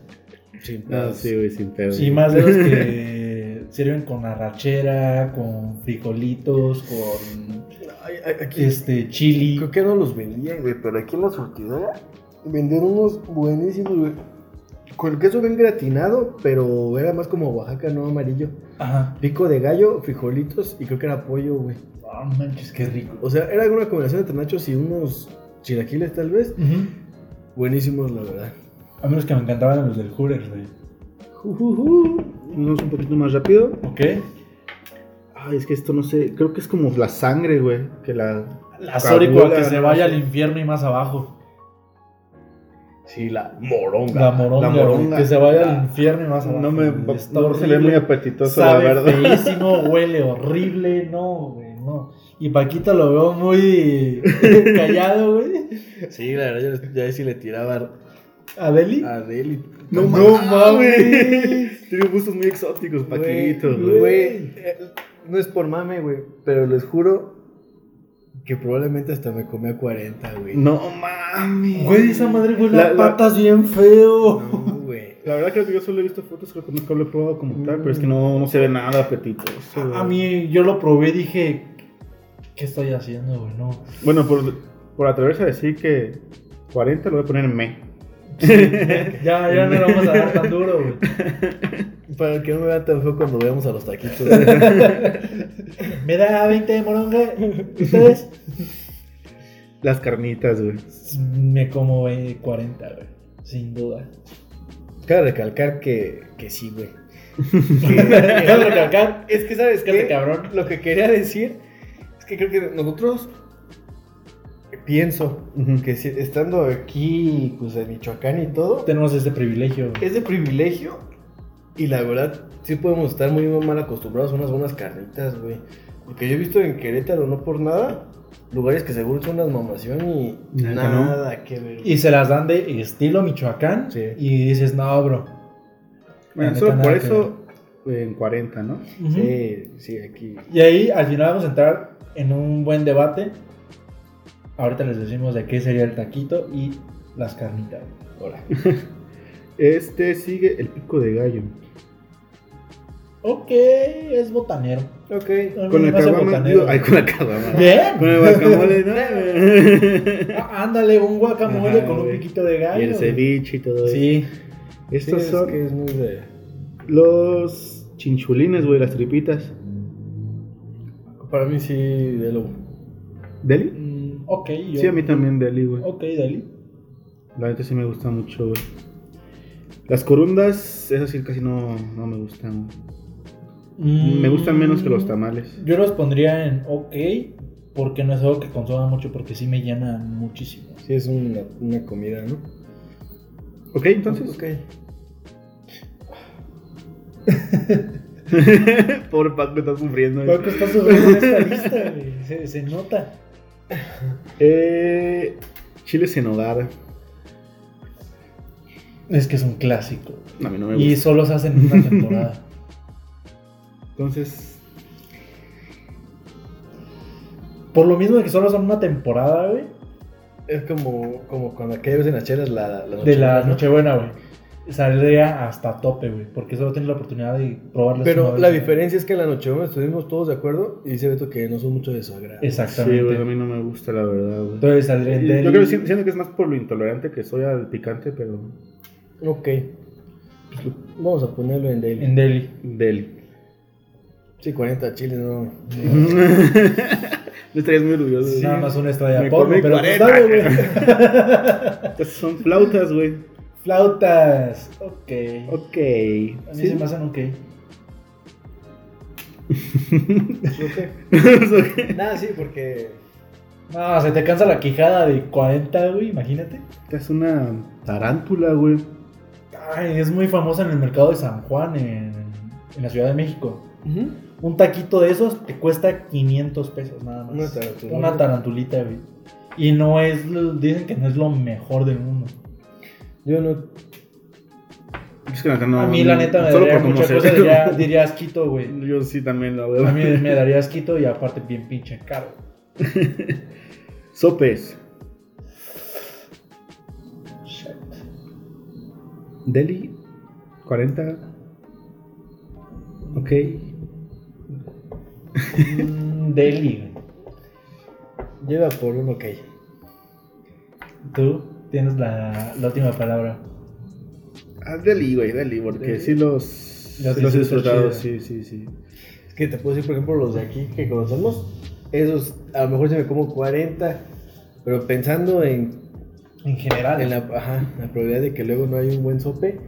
Sí,
Ah,
pues,
sí, güey, sin pedo.
Sí, más de los que sirven con arrachera, con frijolitos, con
ay, ay, aquí
este chili.
Creo que no los vendían, güey, pero aquí en la surtidora vendían unos buenísimos, güey. Con el queso bien gratinado, pero era más como Oaxaca, no amarillo.
Ajá.
Pico de gallo, frijolitos y creo que era pollo, güey.
Ah, manches, qué rico.
O sea, era alguna combinación entre nachos y unos chilaquiles, tal vez.
Ujú.
Buenísimos, la verdad.
A menos que me encantaban los del Hooters, güey.
Ujujujú. Vamos un poquito más rápido.
¿Ok?
Ay, es que esto no sé, creo que es como la sangre, güey, que la...
La Sórico a
Cabula,
que se
no
vaya
sé.
al infierno y más abajo.
Sí, la moronga.
La moronga.
la
güey,
moronga.
Que se vaya
Ah,
al infierno y más abajo.
No me
güey. Está
no se ve
horrible.
muy apetitoso, la
Sabe
verdad.
feísimo, huele horrible, no, güey, no. Y Paquito lo veo muy callado, güey.
Sí, la verdad, yo ya sí le tiraba Ah,
¿A Deli?
Ah,
a Deli.
No,
mames.
mames. Tiene gustos muy exóticos, Paquito, güey.
Güey, eh, no es por mame, güey, pero les juro que probablemente hasta me comía 40, güey.
No mames.
Güey, esa madre huele
La-
a
la-
patas bien feo.
No, güey.
La verdad creo que yo solo he visto fotos, creo que nunca lo he probado como tal, pero es que no, no se ve nada apetitoso. güey.
A mí, yo lo probé y dije, ¿qué estoy haciendo, güey? No.
Bueno, por, por atreverse a decir que 40 lo voy a poner en me.
Ya, ya no lo vamos a dar tan duro, güey.
Para que no me vea tan feo cuando veamos a los taquitos.
Me da 20 de moronga. ¿Ustedes?
Las carnitas, güey.
Me como eh, 40, güey. Sin duda.
Cabe recalcar que, que sí, güey.
Cabe recalcar.
Es que, ¿sabes
Fíjate,
qué?
este cabrón.
Lo que quería decir es que creo que nosotros pienso que si- estando aquí, pues en Michoacán y todo,
Tenemos ese este privilegio, güey.
es de privilegio Y la verdad, sí podemos estar muy mal acostumbrados a unas buenas carnitas, güey. Porque yo he visto en Querétaro, no por nada, lugares que seguro son una mamación y
Neta,
nada que ver.
Y se las dan de estilo Michoacán.
Sí.
Y dices, no, bro.
Bueno,
La
solo
neta,
por
nada que
eso en 40, ¿no?
Ujú.
Sí, sí, aquí.
Y ahí al final vamos a entrar en un buen debate. Ahorita les decimos de qué sería el taquito y las carnitas.
Hola.
Este sigue el pico de gallo.
Ok, es botanero.
Ok.
Con la
Va a ser
caguama.
botanero.
digo, Ay, con la caguama.
Bien.
Con el guacamole, ¿no?
Ah, Ándale, un guacamole
Ajá,
con un
güey.
piquito de gallo.
y el
güey.
ceviche y todo eso.
Sí.
Sí,
Estos
es
son
que es muy de...
los chinchulines, güey, las tripitas.
Para mí sí, de lo...
¿Deli?
Mm, ok, yo.
Sí, a mí también deli, güey.
Ok, Dali.
La neta sí me gusta mucho, güey. Las corundas, esas sí casi no, no me gustan. güey. Me gustan menos que los tamales.
Mm. Yo los pondría en ok, porque no es algo que consuma mucho, porque sí me llena muchísimo.
Sí, es una, una comida, ¿no?
¿Ok, entonces? Pobre Paco, está sufriendo. eh. güey.
Creo que está subiendo en esta lista, güey. Se, se nota.
Eh, chiles en hogada.
Es que es un clásico.
No, a mí no me gusta.
Y solo se hacen en una temporada.
Entonces,
Por lo mismo de que solo son una temporada, güey.
Es como, como cuando aquella vez en las chelas la, la
De la
¿no?
Nochebuena, güey. Saldría hasta tope, güey. Porque solo tienes la oportunidad de probarlas. una
Pero
vez,
la
güey.
diferencia es que en la noche estuvimos todos de acuerdo y dice Beto que no son mucho de su agrado.
sí,
Exactamente.
güey, a mí no me gusta, la verdad, güey.
Entonces saldría
Y
del...
Yo creo que siento siento que es más por lo intolerante que soy al picante, pero
Ok. Pues Vamos a ponerlo en daily.
En Delhi.
del.
Sí, 40 chiles, no.
No estarías muy orgulloso. güey.
Nada más una estrella
Me
de porno,
comí
pero pues
40.
dale, güey.
Estas son flautas, güey.
Flautas. Ok.
Ok.
A mí
Sí.
se me hacen ok.
Ok. Nada, sí, porque.
No, se te cansa la quijada de 40, güey, imagínate.
Esta es una tarántula, güey.
Ay, es muy famosa en el mercado de San Juan, en, en la Ciudad de México. Un taquito de esos te cuesta 500 pesos nada más.
Una tarantulita.
Una tarantulita, güey. Y no es, lo- dicen que no es lo mejor del mundo.
Yo no.
Es que la neta no.
a mí la neta me
solo
daría
por cómo
mucha
se
cosa,
ve.
diría, diría asquito, güey.
Yo sí también la
A
veo.
mí me daría asquito y aparte bien pinche caro.
Sopes.
Shit.
Delhi. 40. Ok.
Mm, Deli, güey.
Lleva por un ok.
Tú tienes la, la última palabra.
Ah, Delhi, güey, Delhi, porque
Delhi.
sí los,
Los
sí los he disfrutado.
disfruto
Sí, sí, sí.
Es que te puedo decir, por ejemplo, los de aquí que conocemos. Esos, a lo mejor se me como 40. Pero pensando en
En general.
En la, ajá, la probabilidad de que luego no hay un buen sope.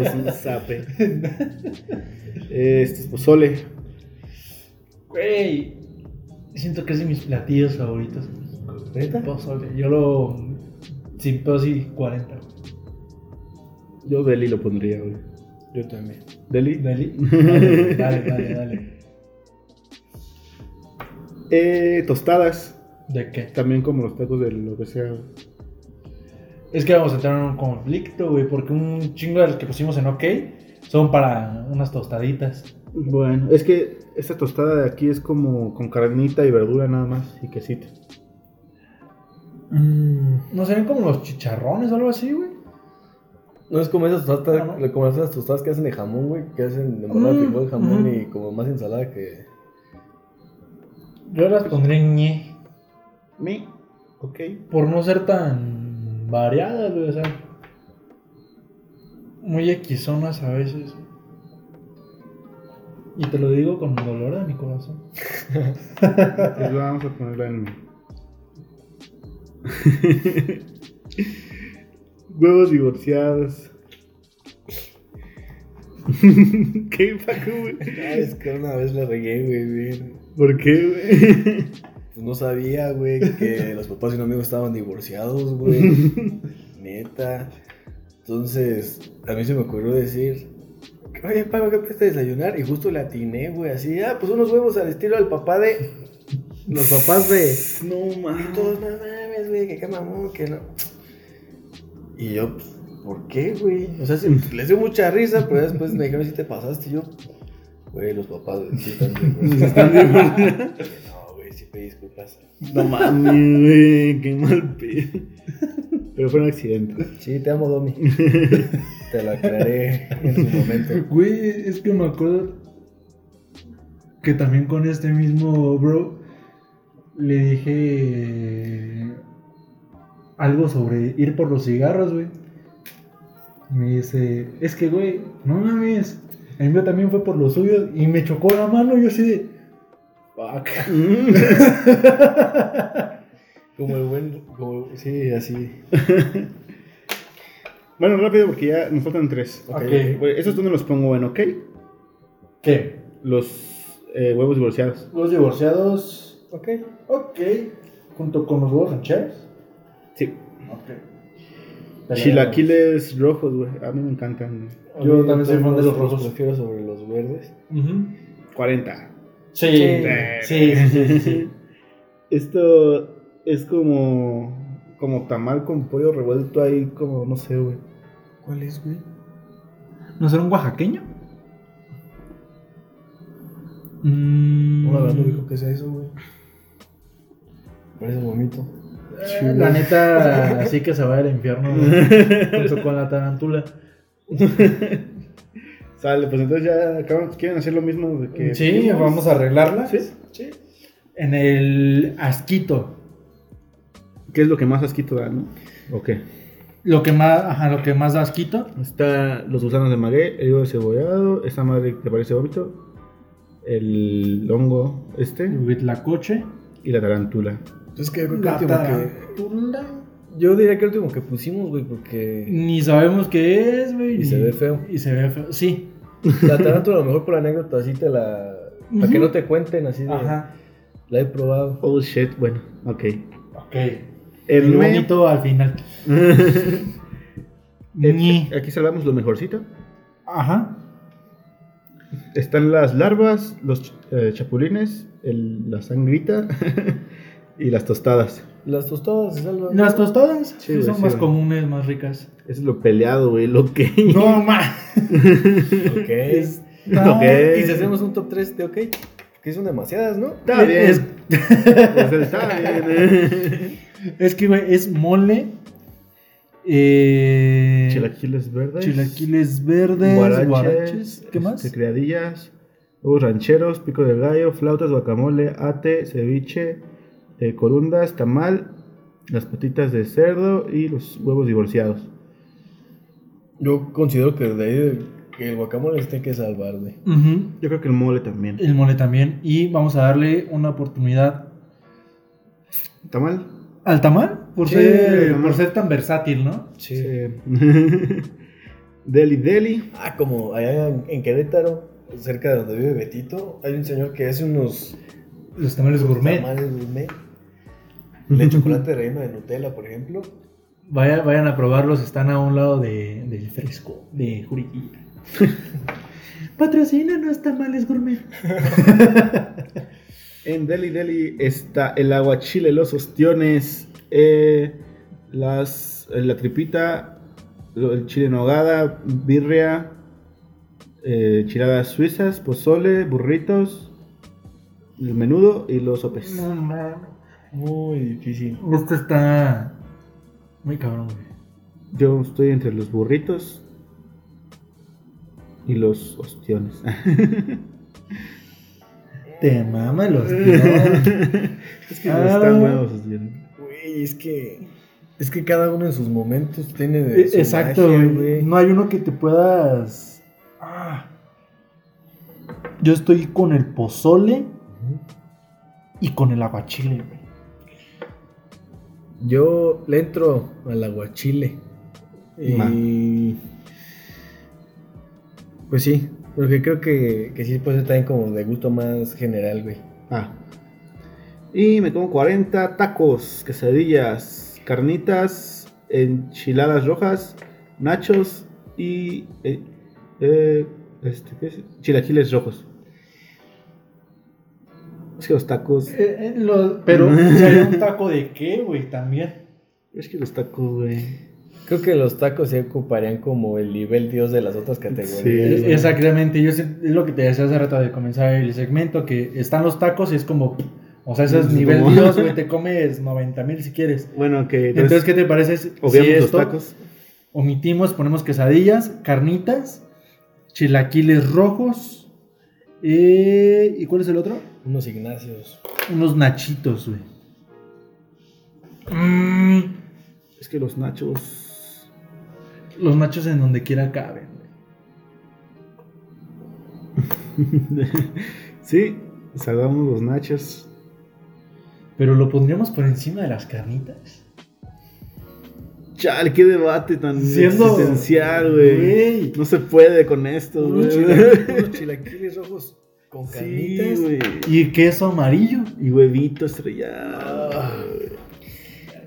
Es un zape. este es pozole.
Güey. Siento que es de mis platillos favoritos.
¿Neta?
Pozole. Yo lo. Sin pedo, sí, 40.
Yo Delhi lo pondría, güey.
Yo también.
Delhi.
Deli. Dale, dale, dale, dale.
Eh, tostadas.
¿De qué?
También como los tacos de lo que sea.
Es que vamos a entrar en un conflicto, güey, porque un chingo de los que pusimos en OK son para unas tostaditas.
Bueno, es que esta tostada de aquí es como con carnita y verdura nada más y quesito.
¿No serían como los chicharrones o algo así, güey?
No es como esas tostadas,
Ah, ¿no?
como esas tostadas que hacen de jamón, güey, que hacen de morada que
Mm,
de jamón
ujú.
y como más ensalada que.
Yo las pondré en ñe,
Me. Ok.
por no ser tan variadas, güey, o sea, muy equizonas a veces. Y te lo digo con dolor de mi corazón.
Pues vamos a ponerla en. Huevos divorciados. ¿Qué, Paco, güey?
Ay, es que una vez la regué, güey, bien.
¿Por qué, güey?
Pues no sabía, güey, que los papás de un amigo estaban divorciados, güey. Neta. Entonces, a mí se me ocurrió decir, oye, Paco, ¿qué presta desayunar? Y justo le atiné, güey, así, ah, pues unos huevos al estilo al papá de... Los papás de...
No
Y
mames.
todos, no mames, güey, que qué mamón, que no. Y yo, pues, ¿por qué, güey? O sea, se- les dio mucha risa, pero después me dijeron, si te pasaste, y yo, güey, los papás, güey, sí están bien, güey.
Están bien, güey.
Dije, No, güey, sí pedí disculpas.
No mames, güey, qué mal pedo. Pero fue un accidente.
Sí, te amo, Domi. te lo aclaré en su momento.
Güey, es que me acuerdo que también con este mismo bro le dije algo sobre ir por los cigarros, güey. Me dice, es que, güey, no mames. El mío también fue por los suyos y me chocó la mano. Yo así de, fuck.
Como el buen. Como, sí, así.
Bueno, rápido porque ya nos faltan tres.
Ok.
Güey, Esos donde los pongo en, ¿ok?
¿Qué?
Los eh, huevos divorciados.
Los divorciados. Ok, ok. Junto con los huevos rancheros.
Sí.
Ok.
Chilaquiles rojos, güey. A mí me encantan. güey.
Yo también soy fan de los rojos.
Prefiero sobre los verdes.
Ujú.
40.
Sí,
Sí.
sí, sí, sí, sí, sí.
Esto es como. Como tamal con pollo revuelto ahí, como no sé, güey.
¿Cuál es, güey? ¿No será un oaxaqueño? Mm,
Una no dijo que sea eso, güey. Parece vomito.
eh, la neta, sí que se va del infierno con, su- con la tarántula.
Sale, pues entonces ya acaban- quieren hacer lo mismo de que.
Sí, vamos a arreglarla.
¿Sí?
En el asquito.
¿Qué es lo que más asquito da, no? ¿O qué?
Lo que más, ajá, lo que más da asquito.
Está los gusanos de maguey, el higo cebollado, esta madre que parece vómito, el hongo este
Huitlacoche.
y la tarántula.
Entonces, que yo creo que
La
el último que.
tarántula.
Yo diría que el último que pusimos, güey, porque.
Ni sabemos qué es, güey.
Y
ni-
se ve feo.
Y se ve feo, sí.
La tarántula, a lo mejor por la anécdota, así te la. Para que
Ujú.
no te cuenten, así de.
Ajá.
La he probado.
Oh shit, bueno, ok.
Ok.
El
El
me-
bonito al final. Ni.
Aquí salvamos lo mejorcito.
Ajá.
Están las larvas, los ch- eh, chapulines, el- la sangrita y las tostadas.
Las tostadas se salvan.
Las tostadas sí,
güey,
son
sí,
más
güey.
comunes, más ricas.
Eso es lo peleado, güey, lo que...
No más.
Ok.
Ok.
Y si hacemos un top 3 de ok, que son demasiadas, ¿no?
Está bien.
Es,
Pues está bien. eh.
es que, güey, es mole. Eh,
Chilaquiles verdes.
chilaquiles verdes. Guaraches. ¿Qué más?
este, criadillas, huevos rancheros, pico de gallo, flautas, guacamole, ate, ceviche, eh, corundas, tamal, las patitas de cerdo y los huevos divorciados.
Yo considero que de ahí que el guacamole se tiene que salvar, güey.
Ujú.
Yo creo que el mole también.
El mole también. Y vamos a darle una oportunidad
¿Tamal?
al tamal. Por,
Sí, el
ser,
tamal.
por ser tan versátil, ¿no?
Sí. deli Deli.
Ah, como allá en, en Querétaro, cerca de donde vive Betito, hay un señor que hace unos
Los tamales gourmet.
tamales gourmet. Le chocolate relleno de Nutella, por ejemplo.
Vaya- vayan a probarlos, están a un lado de, del fresco, de Juriquilla. Patrocina no tamales gourmet.
En Deli Deli está el aguachile, los ostiones, eh, las, eh, la tripita, lo- el chile en nogada, birria, eh, chiladas suizas, pozole, burritos, el menudo y los sopes.
No, no.
Muy difícil.
Esto está muy cabrón, güey.
Yo estoy entre los burritos y los ostiones.
Te mama los tíos.
es que
Ah.
están buenos los ostiones.
Güey, es que. Es que cada uno en sus momentos tiene. de su
E-, Eh, Exacto,
magia,
güey. No hay uno que te puedas. Ah. Yo estoy con el pozole
Ujú.
y con el aguachile, güey.
Yo le entro al aguachile. Y. Pues sí, porque creo que, que sí puede ser también como de gusto más general, güey.
Ah. Y me como 40 tacos, quesadillas, carnitas, enchiladas rojas, nachos y eh, eh, este, ¿qué es? chilaquiles rojos. Es que los tacos.
Eh, eh, lo- pero, ¿sería un taco de qué, güey? También.
Es que los tacos, güey.
Creo que los tacos se ocuparían como el nivel dios de las otras categorías.
Sí.
güey.
Exactamente, yo sé- es lo que te decía hace rato de comenzar el segmento, que están los tacos y es como, o sea, ese es
Es
nivel
como-
Dios, güey, te comes 90 mil si quieres.
Bueno, que.
Entonces, ¿qué te parece si
obviamos
si
los
esto
tacos.
omitimos, ponemos quesadillas, carnitas, chilaquiles rojos eh, y ¿cuál es el otro?
Unos Ignacios.
Unos nachitos, güey. Mm,
Es que los nachos.
los nachos en donde quiera caben. güey.
sí, salgamos los nachos.
Pero lo pondríamos por encima de las carnitas.
Chale, qué debate tan
Siendo-
existencial, güey.
Güey.
No se puede con esto,
Unos
güey.
chilaquiles-
Unos chilaquiles rojos con
Sí,
carnitas.
güey.
Y queso amarillo.
Y huevito estrellado.
Ah.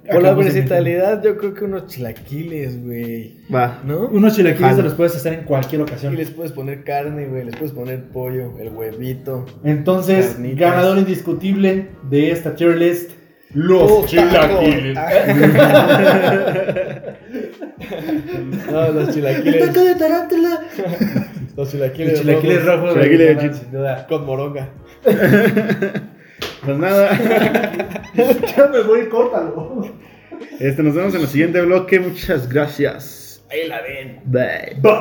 Por la
Acabamos de
versatilidad, yo creo que unos chilaquiles, güey.
Va.
¿No?
Unos chilaquiles
Jalo.
se los puedes hacer en cualquier ocasión.
Y les puedes poner carne, güey. Les puedes poner pollo, el huevito.
Entonces,
Carnitas.
ganador indiscutible de esta tier list. Los
¡Oh,
chilaquiles.
taco! no, los chilaquiles.
de tarántula.
Los chilaquiles,
Los chilaquiles
rojos,
rojos.
Chilaquiles
ganan,
de
sin duda.
Con moronga.
Pues nada.
Ya me voy, córtalo.
Este, nos vemos en el siguiente bloque. Muchas gracias.
Ahí la ven.
Bye.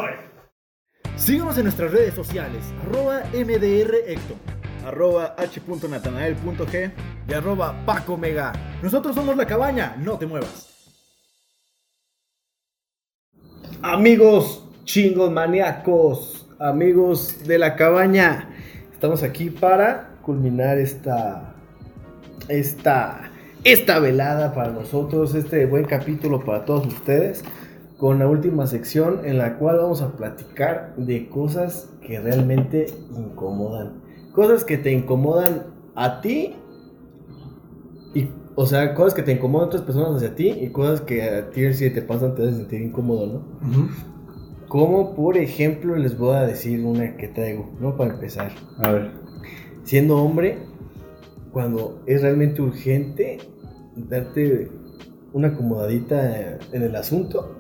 Síganos en nuestras redes sociales, arroba mdrhector, arroba h.natanael.g y arroba pacomega. Nosotros somos La Cabaña, no te muevas.
Amigos chingos maníacos, amigos de la cabaña, estamos aquí para culminar esta esta esta velada para nosotros, este buen capítulo para todos ustedes con la última sección en la cual vamos a platicar de cosas que realmente incomodan, cosas que te incomodan a ti y o sea, cosas que te incomodan a otras personas hacia ti y cosas que a ti si te pasan te hacen sentir incómodo, ¿no? Como por ejemplo, les voy a decir una que traigo, ¿no? Para empezar.
A ver.
Siendo hombre, cuando es realmente urgente darte una acomodadita en el asunto,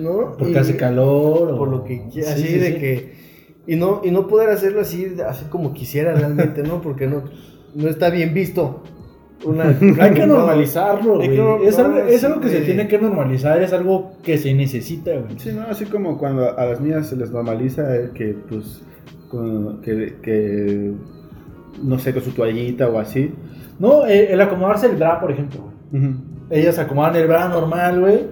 ¿no?
Porque
Y-
hace calor. o-
Eh, Por lo que quieras,
Sí,
así
sí,
de
sí.
que. Y no, y no poder hacerlo así, así como quisiera realmente, ¿no? Porque no, no está bien visto. Una-
Hay que normalizarlo,
Hay
güey.
que normalizar,
Es algo, es algo que se
güey.
tiene que normalizar, es algo que se necesita, güey.
Sí, no, así como cuando a las niñas se les normaliza eh, que, pues, con- que, que, no sé, con su toallita o así.
No, eh, el acomodarse el bra, por ejemplo, güey.
Ujú.
Ellas acomodan el bra normal, güey.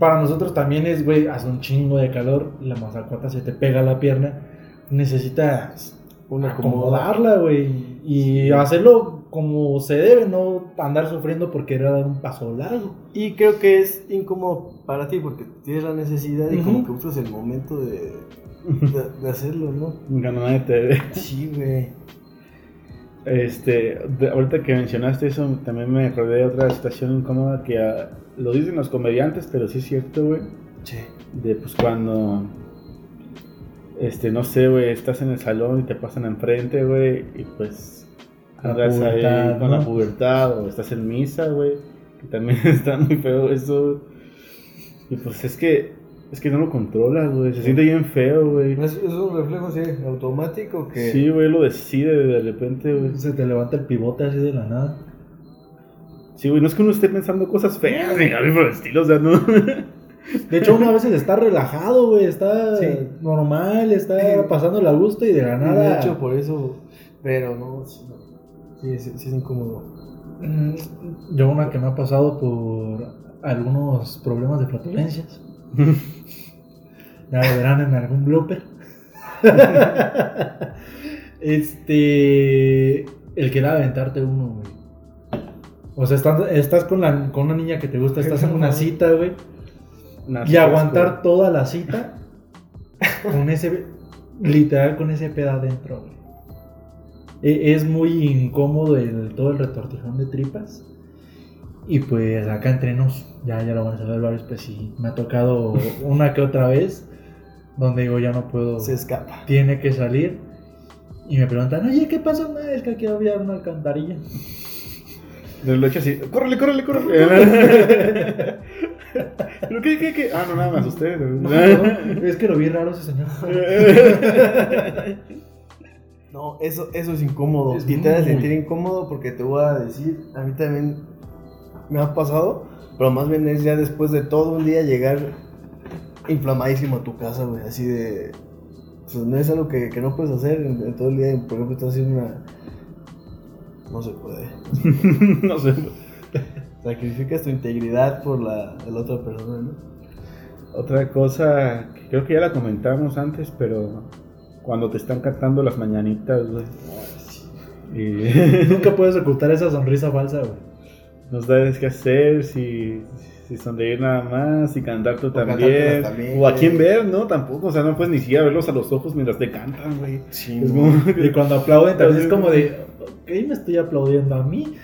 Para nosotros también es, güey, hace un chingo de calor, la mazacuata se te pega a la pierna. Necesitas
Una acomodada.
acomodarla, güey. Y hacerlo como se debe, no andar sufriendo por querer dar un paso largo.
Y creo que es incómodo para ti porque tienes la necesidad y como
Ujú.
que buscas el momento de, de, de hacerlo, ¿no?
Nunca nadie te ve.
Sí, güey.
Este, de- ahorita que mencionaste eso, también me acordé de otra situación incómoda que ah, lo dicen los comediantes, pero sí es cierto, güey.
Che.
De pues cuando, este, no sé, güey, estás en el salón y te pasan enfrente, güey, y pues
La
andas
pubertad,
ahí con
¿no?
la pubertad o estás en misa, güey, que también está muy feo eso. Y pues es que, es que no lo controlas, güey, se siente bien feo, güey.
Es, es un reflejo así automático que.
Sí, güey, lo decide de repente, güey.
Se te levanta el pivote así de la nada.
Sí, güey, no es que uno esté pensando cosas feas, ni algo por el estilo, o sea, no.
De hecho, uno a veces está relajado, güey, está
Sí.
normal, está pasando la gusto y de la nada.
De hecho, pues, por eso. Pero no, sí, sí, sí, sí es incómodo.
Mm, Yo una que me ha pasado por algunos problemas de flatulencias. ya lo verán en algún blooper. este. El querer aventarte uno, güey. O sea, están- estás con, la, con una niña que te gusta, estás en una cita, güey. Y aguantar toda la cita con ese, literal, con ese pedo adentro, güey. E- Es muy incómodo el, todo el retortijón de tripas. Y pues acá entre nos, ya, ya lo van a saber varios, pues sí, me ha tocado una que otra vez, donde digo, ya no puedo,
Se escapa.
tiene que salir. Y me preguntan, oye, ¿qué pasó? No, es que aquí había una alcantarilla.
Lo echo así, córrele, córrele, córrele. ¿Pero qué, qué, qué? Ah, no, nada más ustedes.
No, no, es que lo vi raro ese señor.
No, eso, eso es incómodo.
Es
y te vas a
muy-
sentir incómodo porque te voy a decir, a mí también me ha pasado, pero más bien es ya después de todo un día llegar inflamadísimo a tu casa, güey, así de... pues, no es algo que, que no puedes hacer en, en todo el día, por ejemplo, estás haciendo una... No se puede.
no sé.
Sacrificas tu integridad por la, de la otra persona, ¿no?
Otra cosa que creo que ya la comentamos antes, pero cuando te están cantando las mañanitas, güey. Y
Nunca puedes ocultar esa sonrisa falsa, güey.
nos da qué hacer, si, si sonreír nada más, si cantar tú también,
cantártelas también,
o a
güey.
quién ver, ¿no? Tampoco, o sea, no puedes ni siquiera verlos a los ojos mientras te cantan, güey.
Sí,
Es como...
Y cuando aplauden también es como de, ok, me estoy aplaudiendo a mí.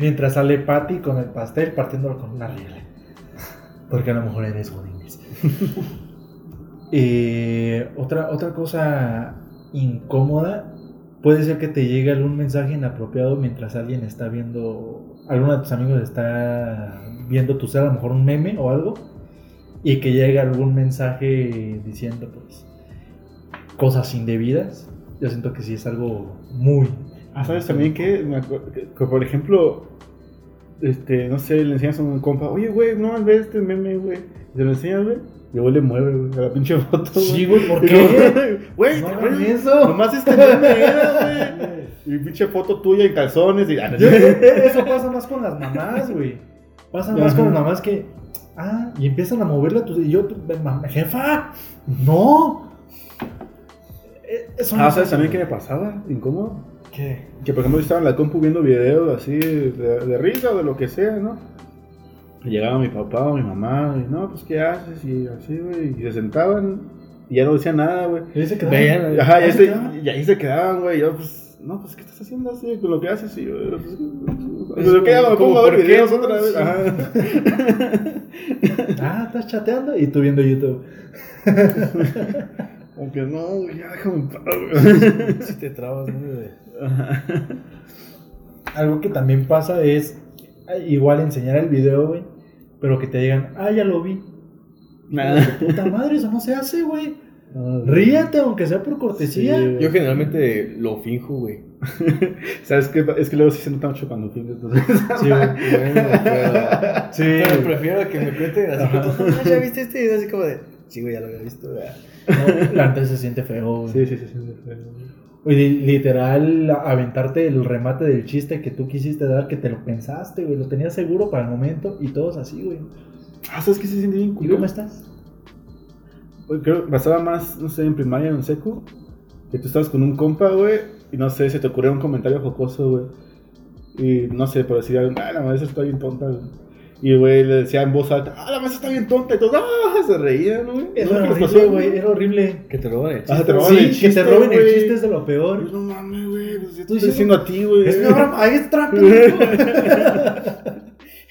Mientras sale Patty con el pastel partiéndolo con una regla. Porque a lo mejor eres godines. Eh, otra, otra cosa incómoda puede ser que te llegue algún mensaje inapropiado mientras alguien está viendo, alguno de tus amigos está viendo tu ser, a lo mejor un meme o algo, y que llegue algún mensaje diciendo pues cosas indebidas. Yo siento que sí es algo muy...
Ah, ¿sabes también que, me acu- que- que, por ejemplo, este, no sé, le enseñas a un compa, oye, güey, no, ve este meme, güey. Y Se lo enseñas, güey. Y luego le mueve, güey, a la pinche foto, güey.
Sí, güey, ¿por
Y
qué?
luego, Güey,
No
güey,
hagan eso.
Nomás este meme era, güey. Y pinche foto tuya en calzones. Y, ah, no,
Yo- Eso pasa más con las mamás, güey. Pasa más con las mamás que. Ah, y empiezan a moverla. tus- Y yo, tu- mam- jefa, no. Eh, eso no
ah, ¿sabes
se-
también qué me pasaba? ¿Incómodo?
¿Qué?
Que por ejemplo yo estaba en la compu viendo videos así de, de risa o de lo que sea, ¿no? Y llegaba mi papá o mi mamá y no, pues ¿qué haces? Y así, güey. Y se sentaban y ya no decían nada, güey.
Y dice que no.
Vean,
Y, Ajá, y,
ahí
este-
se quedaban.
y ahí se quedaban, güey. Yo, pues, no, pues ¿qué estás haciendo así con lo que haces? Y yo, pues, pues, ¿lo que hago? Me
como,
pongo a ver
¿por qué,
videos
no?
otra vez.
Sí.
Ajá.
Ah, estás chateando y tú viendo YouTube.
Aunque no, güey, ya déjame en paz, güey.
Si te trabas, ¿no? De-
Ajá.
Algo que también pasa es eh, igual enseñar el video, güey. Pero que te digan, ah, ya lo vi.
Nada.
Puta madre, eso no se hace, güey.
Ah,
Ríete, aunque sea por cortesía.
Sí, güey.
Yo generalmente lo finjo, güey.
¿Sabes qué? Es que luego sí se nota mucho cuando pintas. Entonces,
Sí, güey. Sí,
Pero
güey.
prefiero que me cuenten así
Ajá.
como, "Ah, ¿ya viste este? Y así como de, sí, güey, ya lo había visto. güey".
No, la neta se siente feo, güey.
sí, sí, sí. sí, sí.
Oye, literal, aventarte el remate del chiste que tú quisiste dar, que te lo pensaste, güey. Lo tenías seguro para el momento y todos así, güey.
Ah, ¿sabes qué se siente bien
¿Y
culero?
cómo estás?
Oye, Creo que pasaba más, no sé, en primaria, en seco, que tú estabas con un compa, güey, y no sé, se te ocurrió un comentario jocoso, güey. Y no sé, por decir, algo, ah, la maestra está bien tonta, güey. Y, güey, le decía en voz alta, ah, la maestra está bien tonta, y todos, ah, se reían, güey.
Era
¿Qué les
horrible,
pasó,
güey. Era horrible.
Que te lo van a
Ah,
echar.
te roban
Sí,
el chiste,
que te roben el
güey.
chiste es de lo
Yo,
peor.
No mames, güey, pues yo estoy
Tú dices-
diciendo a ti, güey.
Es mi obra maestra,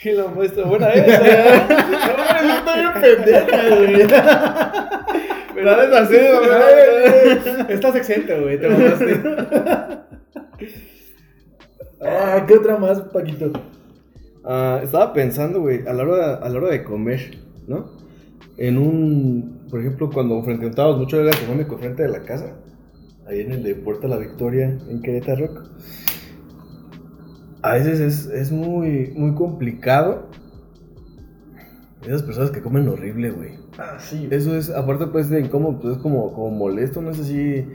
Y la muestra buena esa. No, está bien pendeja, güey.
¿Verdad? Es así, güey.
Estás exento, güey. Te mataste. ah, ¿qué otra más, Paquito?
Ah, estaba pensando, güey, a la hora, a la hora de comer, ¿no? En un, por ejemplo, cuando frecuentábamos mucho el gastronómico frente de la casa, ahí en el de Puerta La Victoria, en Querétaro. A veces es, es muy, muy complicado. Esas personas que comen horrible, güey.
Ah, sí.
Eso es, aparte pues de incómodo, pues es como, como molesto, no sé si...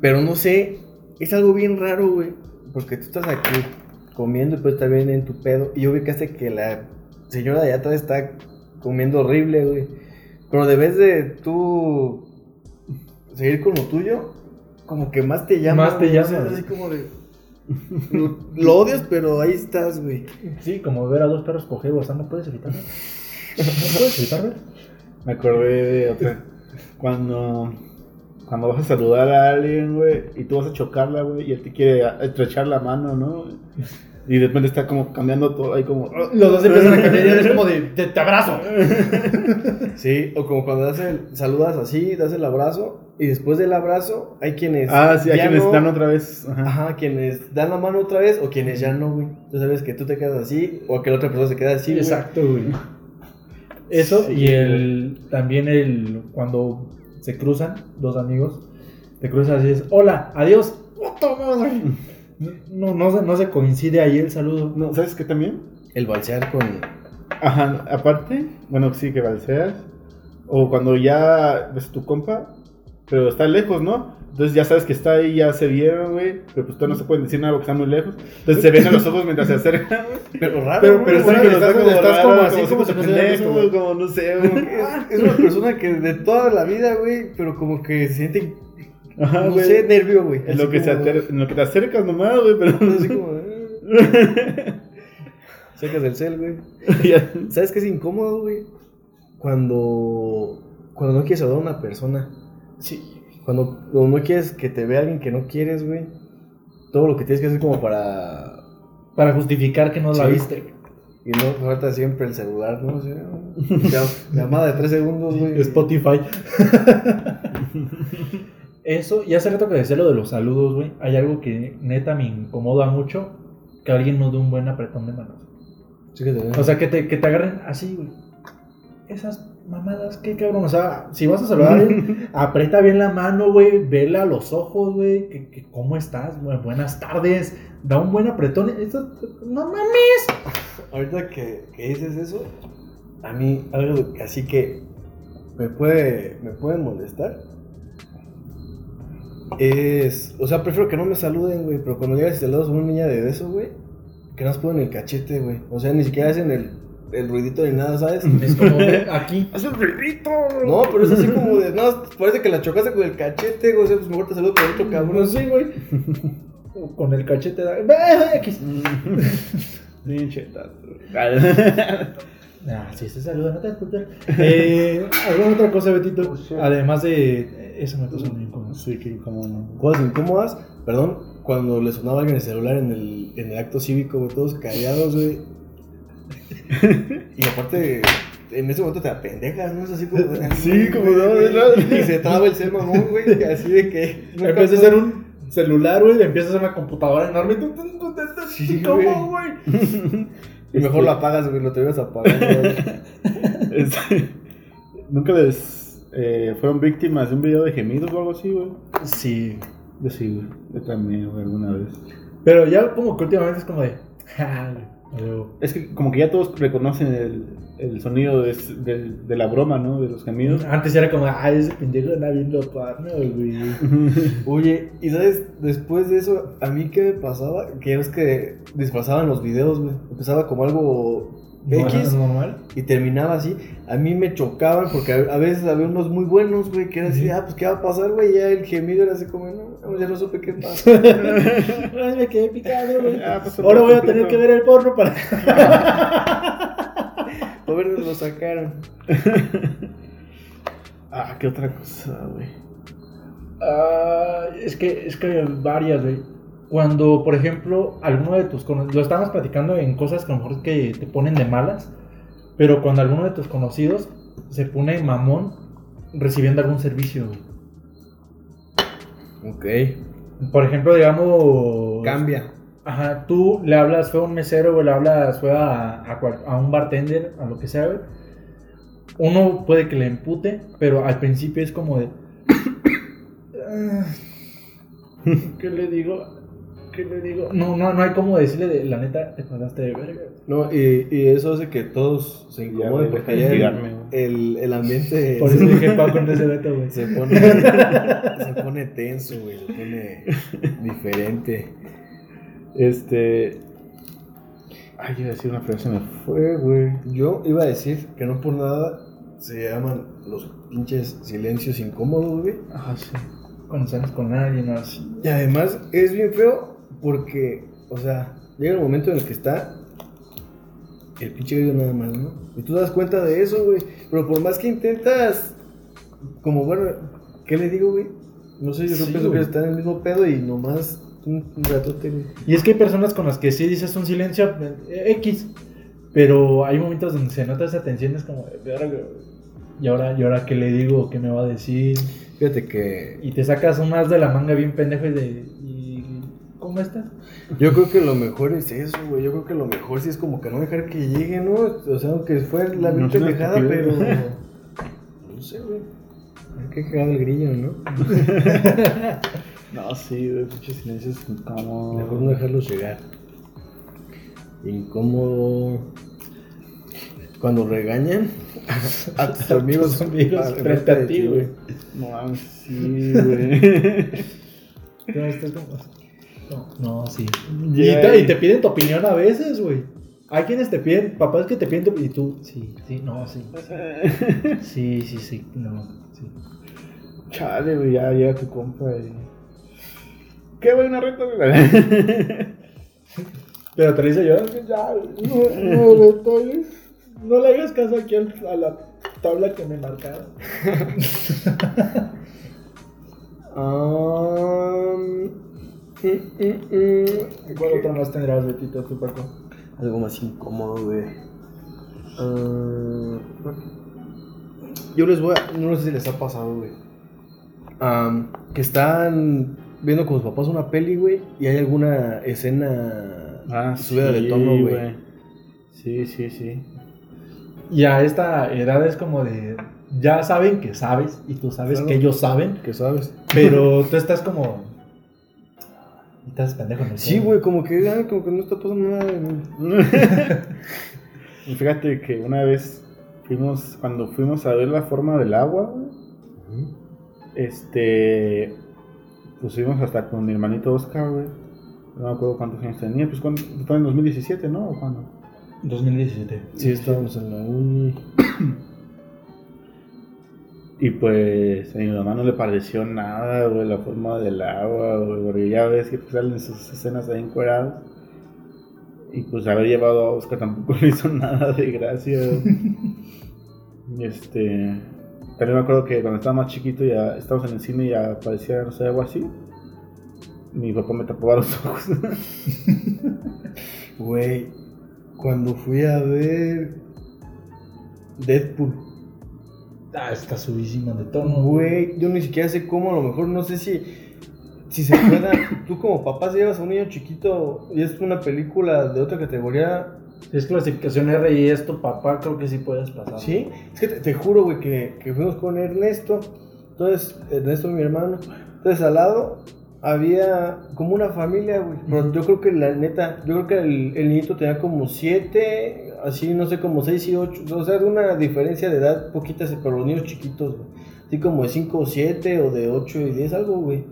Pero no sé, es algo bien raro, güey. Porque tú estás aquí comiendo y pues está bien en tu pedo. Y ubicaste que la señora de allá atrás está comiendo horrible, güey. Pero debes de tú seguir con lo tuyo, como que más te llama.
Más te
güey, o sea,
llama.
Así como de... Lo, lo odias, pero ahí estás, güey.
Sí, como ver a dos perros coger, o sea, no puedes evitarlo. No puedes evitarlo.
Me acordé de otra. Cuando, Cuando vas a saludar a alguien, güey, y tú vas a chocarla, güey, y él te quiere a- estrechar la mano, ¿no? Y de repente está como cambiando todo, ahí como... "Oh".
Los dos empiezan a cambiar y eres como de, te, te abrazo.
Sí, o como cuando das el- saludas así, das el abrazo, y después del abrazo hay quienes.
Ah, sí, a
ya
quienes
no-
dan otra vez. Ajá.
Ajá, quienes dan la mano otra vez o quienes ya no, güey. Tú sabes que tú te quedas así o que la otra persona se queda así, güey.
Exacto, güey. Eso y el también el cuando se cruzan los amigos, te cruzan así es, hola, adiós. puta madre". No, no, se, no se coincide ahí el saludo.
No, ¿Sabes qué también?
El balsear con.
Ajá, aparte, bueno, sí, que balseas. O cuando ya ves tu compa, pero está lejos, ¿no? Entonces ya sabes que está ahí, ya se vieron, güey. Pero pues todavía no se pueden decir nada porque están muy lejos. Entonces se ven a los ojos mientras se acercan, güey.
Pero raro.
Pero-
güey,
pero
o
sí
sea,
que
los
estás
ojos
como- estás como así,
como
como
si
si no se vieran eso,
pendejo,
güey.
como no sé, güey.
es una persona que de toda la vida, güey, pero como que se siente,
Ajá,
no
güey.
sé, nervio, güey.
En lo, que se ater- en lo que te acercas nomás, güey, pero no sé
Así como. eh. Sacas el cel, güey.
Ya.
¿Sabes qué es incómodo, güey? Cuando. Cuando no quieres saludar a una persona. Sí. Cuando, cuando no quieres que te vea alguien que no quieres, güey. Todo lo que tienes que hacer como para.
Para justificar que no la
Sí.
viste.
Y no falta siempre el celular, ¿no? O sea, llam- llamada de tres segundos, güey.
Spotify. Eso, y hace rato que decía lo de los saludos, güey. Hay algo que neta me incomoda mucho, que alguien nos dé un buen apretón de manos.
Sí que te veo.
O sea, que te, que te agarren así, güey. Esas mamadas, qué cabrón. O sea, si vas a saludar a alguien, aprieta bien la mano, güey. Vele a los ojos, güey. Que, que, ¿Cómo estás? Bu- buenas tardes. Da un buen apretón. Esto- no mames.
Ahorita que, que dices eso, a mí algo que- así que me puede, me puede molestar es, o sea, prefiero que no me saluden, güey, pero cuando llegas y saludas a una niña de eso, güey, que nos ponen el cachete, güey, o sea, ni siquiera hacen el, el ruidito ni nada, ¿sabes?
Es como de aquí.
Haz un ruidito.
No, pero es así como de, no, parece que la chocaste con el cachete, güey, o sea, pues mejor te saludo con otro
Cabrón,
cabrón.
sí, güey. O Con el cachete. da- "Ve, aquí".
Sí, chetas.
Ah, sí, se saluda, no te preocupes. Eh, ¿Alguna otra cosa, Betito? Además de. Eso me puso muy incómodo.
Sí, que como no.
Cosas incómodas, perdón, cuando le sonaba a alguien el celular en el, en el acto cívico, güey, todos callados, güey. y aparte, en ese momento te apendejas, ¿no? Es así como. de-
Sí, como no,
güey,
no.
Y se traba el ser mamón, güey, que así de que.
Empieza a ser un celular, güey, le empieza a hacer una computadora enorme. y tú, tú, tú, tú, tú,
Sí,
¿Cómo, güey?
Y mejor lo apagas, güey, lo te ibas a apagar, güey.
Este, Nunca les eh, fueron víctimas de un video de gemidos o algo así, güey.
Sí.
Yo sí, güey. Yo también, güey, alguna vez.
Pero ya como que últimamente es como de. "Ja, güey, luego".
Es que como que ya todos reconocen el, el sonido de, s- del- de la broma, ¿no? De los gemidos.
Antes era como, ay, ese pendejo anda bien lopano, güey.
Ah,
Oye, y sabes, después de eso, a mí qué me pasaba, que es que disfrazaban los videos, güey. Empezaba como algo X.
¿Es normal?
y terminaba así. A mí me chocaban porque a a veces había unos muy buenos, güey, que era así,
Ujú.
ah, pues qué va a pasar, güey. Y ya el gemido era así como, no, no, ya no supe qué pasó.
Ay, me quedé picado, güey.
Ah, pues,
Ahora voy a tener que ver el porno para.
A ver, nos lo sacaron.
Ah, qué otra cosa, güey.
Ah, es que es que hay varias, güey. Cuando, por ejemplo, alguno de tus cono- lo estábamos platicando en cosas que a lo mejor que te ponen de malas, pero cuando alguno de tus conocidos se pone mamón recibiendo algún servicio, güey.
Ok.
Por ejemplo, digamos,
Cambia.
ajá, tú le hablas fue a un mesero, güey, le hablas fue a, a cual- a un bartender, a lo que sea, güey. Uno puede que le empute, pero al principio es como de "Ah, ¿Qué le digo? ¿Qué le digo? No, no, no hay como decirle de la neta te pasaste de verga.
No, y, y eso hace que todos se
Ya,
incomoden
güey,
porque
deja de
allá
tirarme,
el,
güey.
el, el ambiente
Por eso
se,
dije Paco en ese veto, güey.
se pone, se pone tenso, güey, se pone diferente.
Este... Ay, iba a decir una frase, me
Fue, güey. Yo iba a decir que no por nada se llaman los pinches silencios incómodos, güey.
Ah, sí.
Cuando sales con alguien o así.
Y además es bien feo porque, o sea, llega el momento en el que está el pinche gallo nada más, ¿no? Y tú das cuenta de eso, güey. Pero por más que intentas, como bueno, ¿qué le digo, güey? No sé, yo
Sí,
creo que
güey.
eso está en el mismo pedo y nomás un un ratote. güey.
Y es que hay personas con las que sí dices un silencio eh, X, pero hay momentos donde se nota esa tensión, es como, de, "Verga, ¿y ahora, ¿y ahora qué le digo? ¿Qué me va a decir?
Fíjate que
Y te sacas un as de la manga bien pendejo y de, "¿Y ¿cómo estás?
Yo creo que lo mejor es eso, güey. Yo creo que lo mejor sí es como que no dejar que llegue, ¿no? O sea, aunque fue la
No
gran
es una
pendejada, pero.
estupidez.
No sé, güey. Hay que cagar el grillo, ¿no?
No, sí, güey, pinches silencios como.
Mejor no dejarlos llegar. Incómodo. Cuando regañan a tus amigos,
amigos
enfrente
Ah, frente a
de
ti, güey.
No mames, sí, güey.
No, estás como- No, no, sí.
Llega
Y, te,
ahí.
y te piden tu opinión a veces, güey. Hay quienes te piden, papás que te piden tu y tú, sí, sí, no, sí. Sí, sí, sí, no, sí.
Chale, güey, ya llega tu compa y. Qué buena reta, güey.
Pero te dice yo, ya, no, no, no, no le hagas caso aquí al- a la tabla que me marcaron.
Um, mm, mm, mm.
¿Cuál otra más tendrás, Betito, tú, Paco?
Algo más incómodo, güey. Ah, yo les voy a. No sé si les ha pasado, güey. Am, que están viendo con sus papás una peli, güey. Y hay alguna escena subida de tono, Ah, güey.
Sí, sí, sí.
Y a esta edad es como de, ya saben que sabes y tú sabes
Claro.
que ellos saben,
Que sabes.
pero tú estás como... Estás pendejo, ¿no?
Sí, güey, como que, ah, como que no está pasando nada. güey.
Y Fíjate que una vez fuimos, cuando fuimos a ver la forma del agua, güey, este, pues fuimos hasta con mi hermanito Oscar, güey. No me acuerdo cuántos años tenía, pues cuando, fue en 2017, ¿no? ¿O cuándo?
2017.
Sí, estábamos en la uni.
Y pues a mi mamá no le pareció nada, güey, la forma del agua, güey, porque ya ves que pues, salen sus escenas ahí encueradas. Y pues haber llevado a Oscar tampoco le hizo nada de gracia, güey. Y, este. También me acuerdo que cuando estaba más chiquito, ya estábamos en el cine y aparecía, no sé, algo así. Mi papá me tapaba los ojos.
Güey, cuando fui a ver Deadpool.
Ah, está subísima de tono.
Güey, yo ni siquiera sé cómo, a lo mejor no sé si si se pueda. Tú como papá si llevas a un niño chiquito y es una película de otra categoría,
Si es clasificación R y es tu papá, creo que sí puedes pasar.
¿sí? Es que te, te juro, güey, que, que fuimos con Ernesto, entonces Ernesto mi hermano, entonces al lado había como una familia, güey. Pero yo creo que la neta, yo creo que el, el niñito tenía como siete, así no sé, como seis y ocho, o sea, de una diferencia de edad poquita, pero los niños chiquitos, güey. Así como de 5 o 7 o de 8 y 10, algo, güey.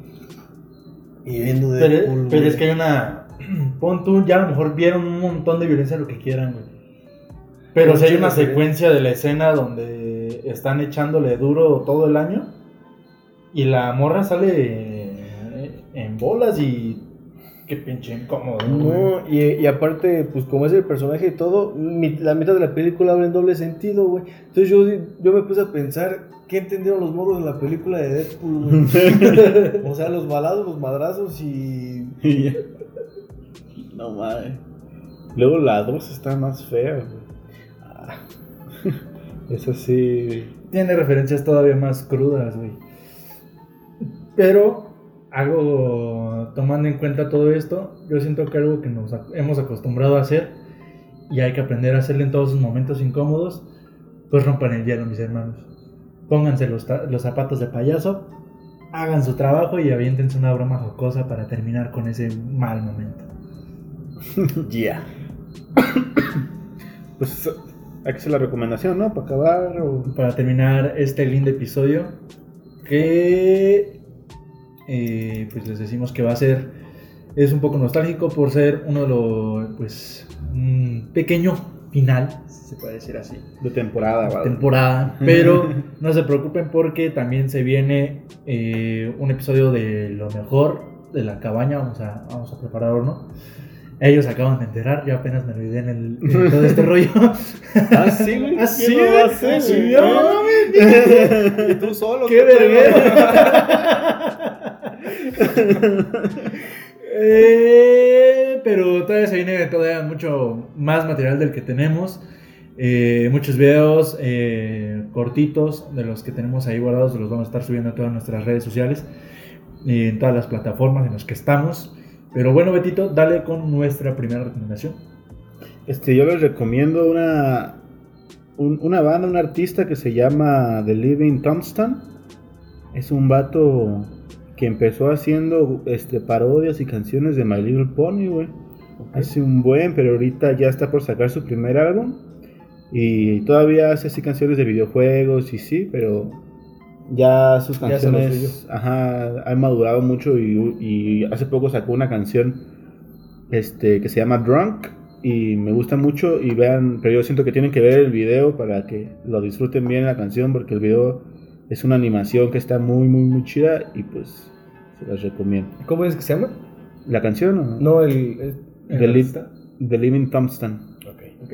Y viendo de
Pero, pero es que hay una. Pon tú, ya a lo mejor vieron un montón de violencia, lo que quieran, güey. Pero si hay una secuencia de la escena donde están echándole duro todo el año y la morra sale eh, en bolas y. Qué pinche incómodo, güey.
No, y, y aparte, pues como es el personaje y todo, mi- la mitad de la película habla en doble sentido, güey. Entonces yo, yo me puse a pensar, ¿qué entendieron los morros de la película de Deadpool, güey? o sea, los balados, los madrazos y...
Y ya. no mames. Luego la 2 está más fea, güey. Ah. Es así.
tiene referencias todavía más crudas, güey. Pero algo, tomando en cuenta todo esto, yo siento que algo que nos ac- hemos acostumbrado a hacer y hay que aprender a hacerlo en todos sus momentos incómodos, pues rompan el hielo, mis hermanos. Pónganse los, ta- los zapatos de payaso, hagan su trabajo y aviéntense una broma jocosa para terminar con ese mal momento.
Ya.
Pues hay que hacer la recomendación, ¿no? Para acabar o...
para terminar este lindo episodio que eh, pues les decimos que va a ser es un poco nostálgico por ser uno de los pues un pequeño final si se puede decir así
de temporada, ¿vale?
temporada pero no se preocupen porque también se viene eh, un episodio de lo mejor de la cabaña vamos a vamos a preparar uno ellos acaban de enterar yo apenas me olvidé en, el, en todo este rollo
Ah, sí, güey. ¿Quién
así
lo va a hacer,
así,
güey?
no mames.
tú solo.
¡Qué vergüenza! Eh, pero todavía se viene todavía mucho más material del que tenemos. Eh, muchos videos eh, cortitos de los que tenemos ahí guardados los vamos a estar subiendo a todas nuestras redes sociales, eh, en todas las plataformas en las que estamos. Pero bueno, Betito, dale con nuestra primera recomendación.
Este, yo les recomiendo una, un- una banda, un artista que se llama The Living Tombstone. Es un vato que empezó haciendo este, parodias y canciones de My Little Pony, güey. Hace un buen, pero ahorita ya está por sacar su primer álbum. Y todavía hace así canciones de videojuegos y sí, pero ya sus
Ya se lo
canciones ajá, han madurado mucho y, y hace poco sacó una canción este, que se llama Drunk y me gusta mucho y vean, pero yo siento que tienen que ver el video para que lo disfruten bien la canción porque el video es una animación que está muy muy muy chida y pues se las recomiendo.
¿Cómo es que se llama?
¿La canción o
No, el. el-
The, Li- The Living Tombstone.
Ok.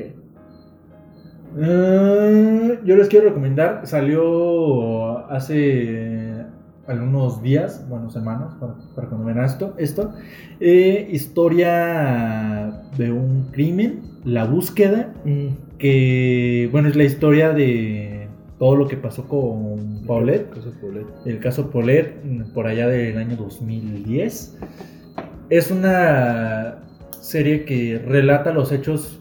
Eh, yo les quiero recomendar, salió hace algunos días, bueno, semanas, para, para cuando ven esto, esto eh, historia de un crimen, la búsqueda,
Mm.
que, bueno, es la historia de todo lo que pasó con Paulette,
Cosa Paulette.
el caso Paulette, mm, por allá del año 2010. Es una serie que relata los hechos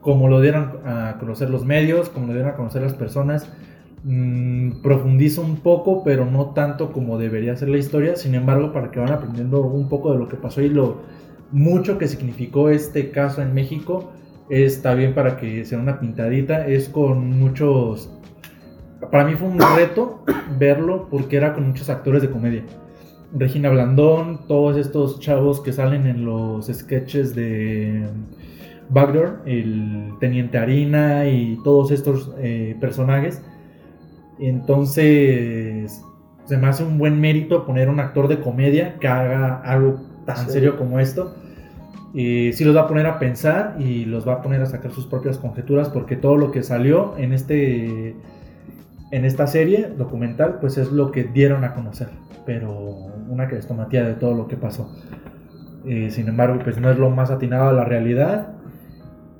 como lo dieron a conocer los medios, como lo dieron a conocer las personas. Mm, profundiza un poco, pero no tanto como debería ser la historia. Sin embargo, para que van aprendiendo un poco de lo que pasó y lo mucho que significó este caso en México, está bien para que sea una pintadita. Es con muchos. Para mí fue un reto verlo porque era con muchos actores de comedia. Regina Blandón, todos estos chavos que salen en los sketches de mm, Backdoor, el Teniente Harina y todos estos eh, personajes. Entonces, se me hace un buen mérito poner un actor de comedia que haga algo tan
Sí.
serio como esto. Y sí los va a poner a pensar y los va a poner a sacar sus propias conjeturas porque todo lo que salió en este en esta serie documental pues es lo que dieron a conocer, pero una crestomatía de todo lo que pasó. Eh, sin embargo, pues no es lo más atinado a la realidad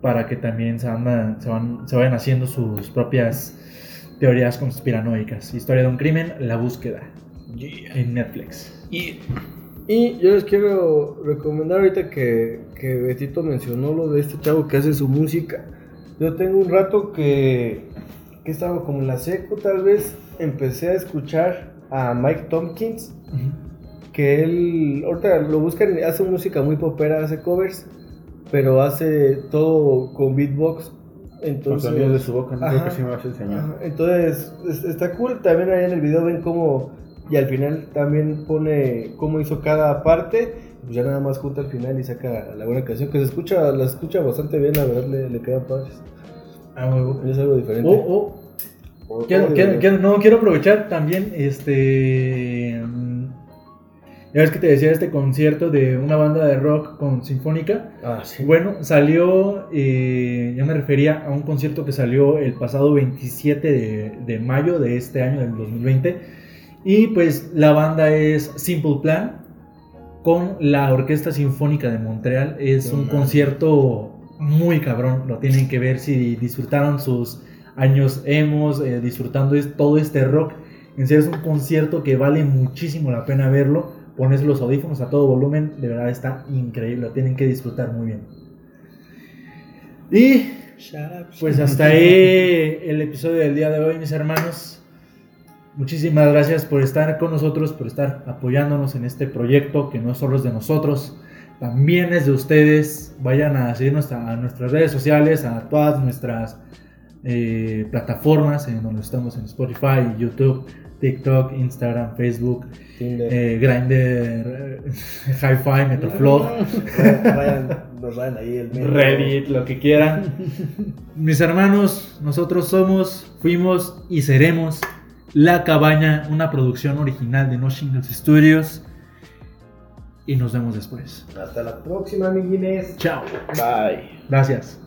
para que también se, andan- se van, se vayan haciendo sus propias teorías conspiranoicas. Historia de un crimen, la búsqueda en Netflix.
Y yo les quiero recomendar ahorita que, que Betito mencionó lo de este chavo que hace su música. Yo tengo un rato que, que estaba como en la seco, tal vez empecé a escuchar a Mike Tompkins, que él, ahorita lo buscan, hace música muy popera, hace covers, pero hace todo con beatbox.
Con
Entonces,
sonidos de su boca, no creo
Ajá.
que sí me vas a enseñar.
Ajá, Entonces, es- está cool. También ahí en el video ven cómo. Y al final también pone cómo hizo cada parte. Pues ya nada más junta al final y saca la buena canción. Que se escucha, la escucha bastante bien, la verdad, le, le queda padres. Es algo diferente.
Oh, oh, quiero, quiero- quiero- no, quiero aprovechar también este... mm, Ya ves que te decía este concierto de una banda de rock con sinfónica.
Ah, sí.
Bueno, salió, eh, yo me refería a un concierto que salió el pasado 27 de, de mayo de este año, del 2020. Y pues la banda es Simple Plan con la Orquesta Sinfónica de Montreal. Es
No
un
mames.
concierto muy cabrón, lo tienen que ver si disfrutaron sus años hemos, eh, disfrutando es- todo este rock. En serio, es un concierto que vale muchísimo la pena verlo. Pones los audífonos a todo volumen, de verdad está increíble, lo tienen que disfrutar muy bien. Y pues hasta ahí el episodio del día de hoy, mis hermanos. Muchísimas gracias por estar con nosotros, por estar apoyándonos en este proyecto que no solo es de nosotros, también es de ustedes. Vayan a seguirnos a, a nuestras redes sociales, a todas nuestras eh, plataformas en donde estamos en Spotify, YouTube, TikTok, Instagram, Facebook,
Tinder.
eh, Grindr, eh, Hi-Fi, Metroflog.
Vayan- nos vayan ahí el metro.
Reddit, lo que quieran. Mis hermanos, nosotros somos, fuimos y seremos La Cabaña, una producción original de No Shingles Studios. Y nos vemos después.
Hasta la próxima, amiguines.
Chao.
Bye.
Gracias.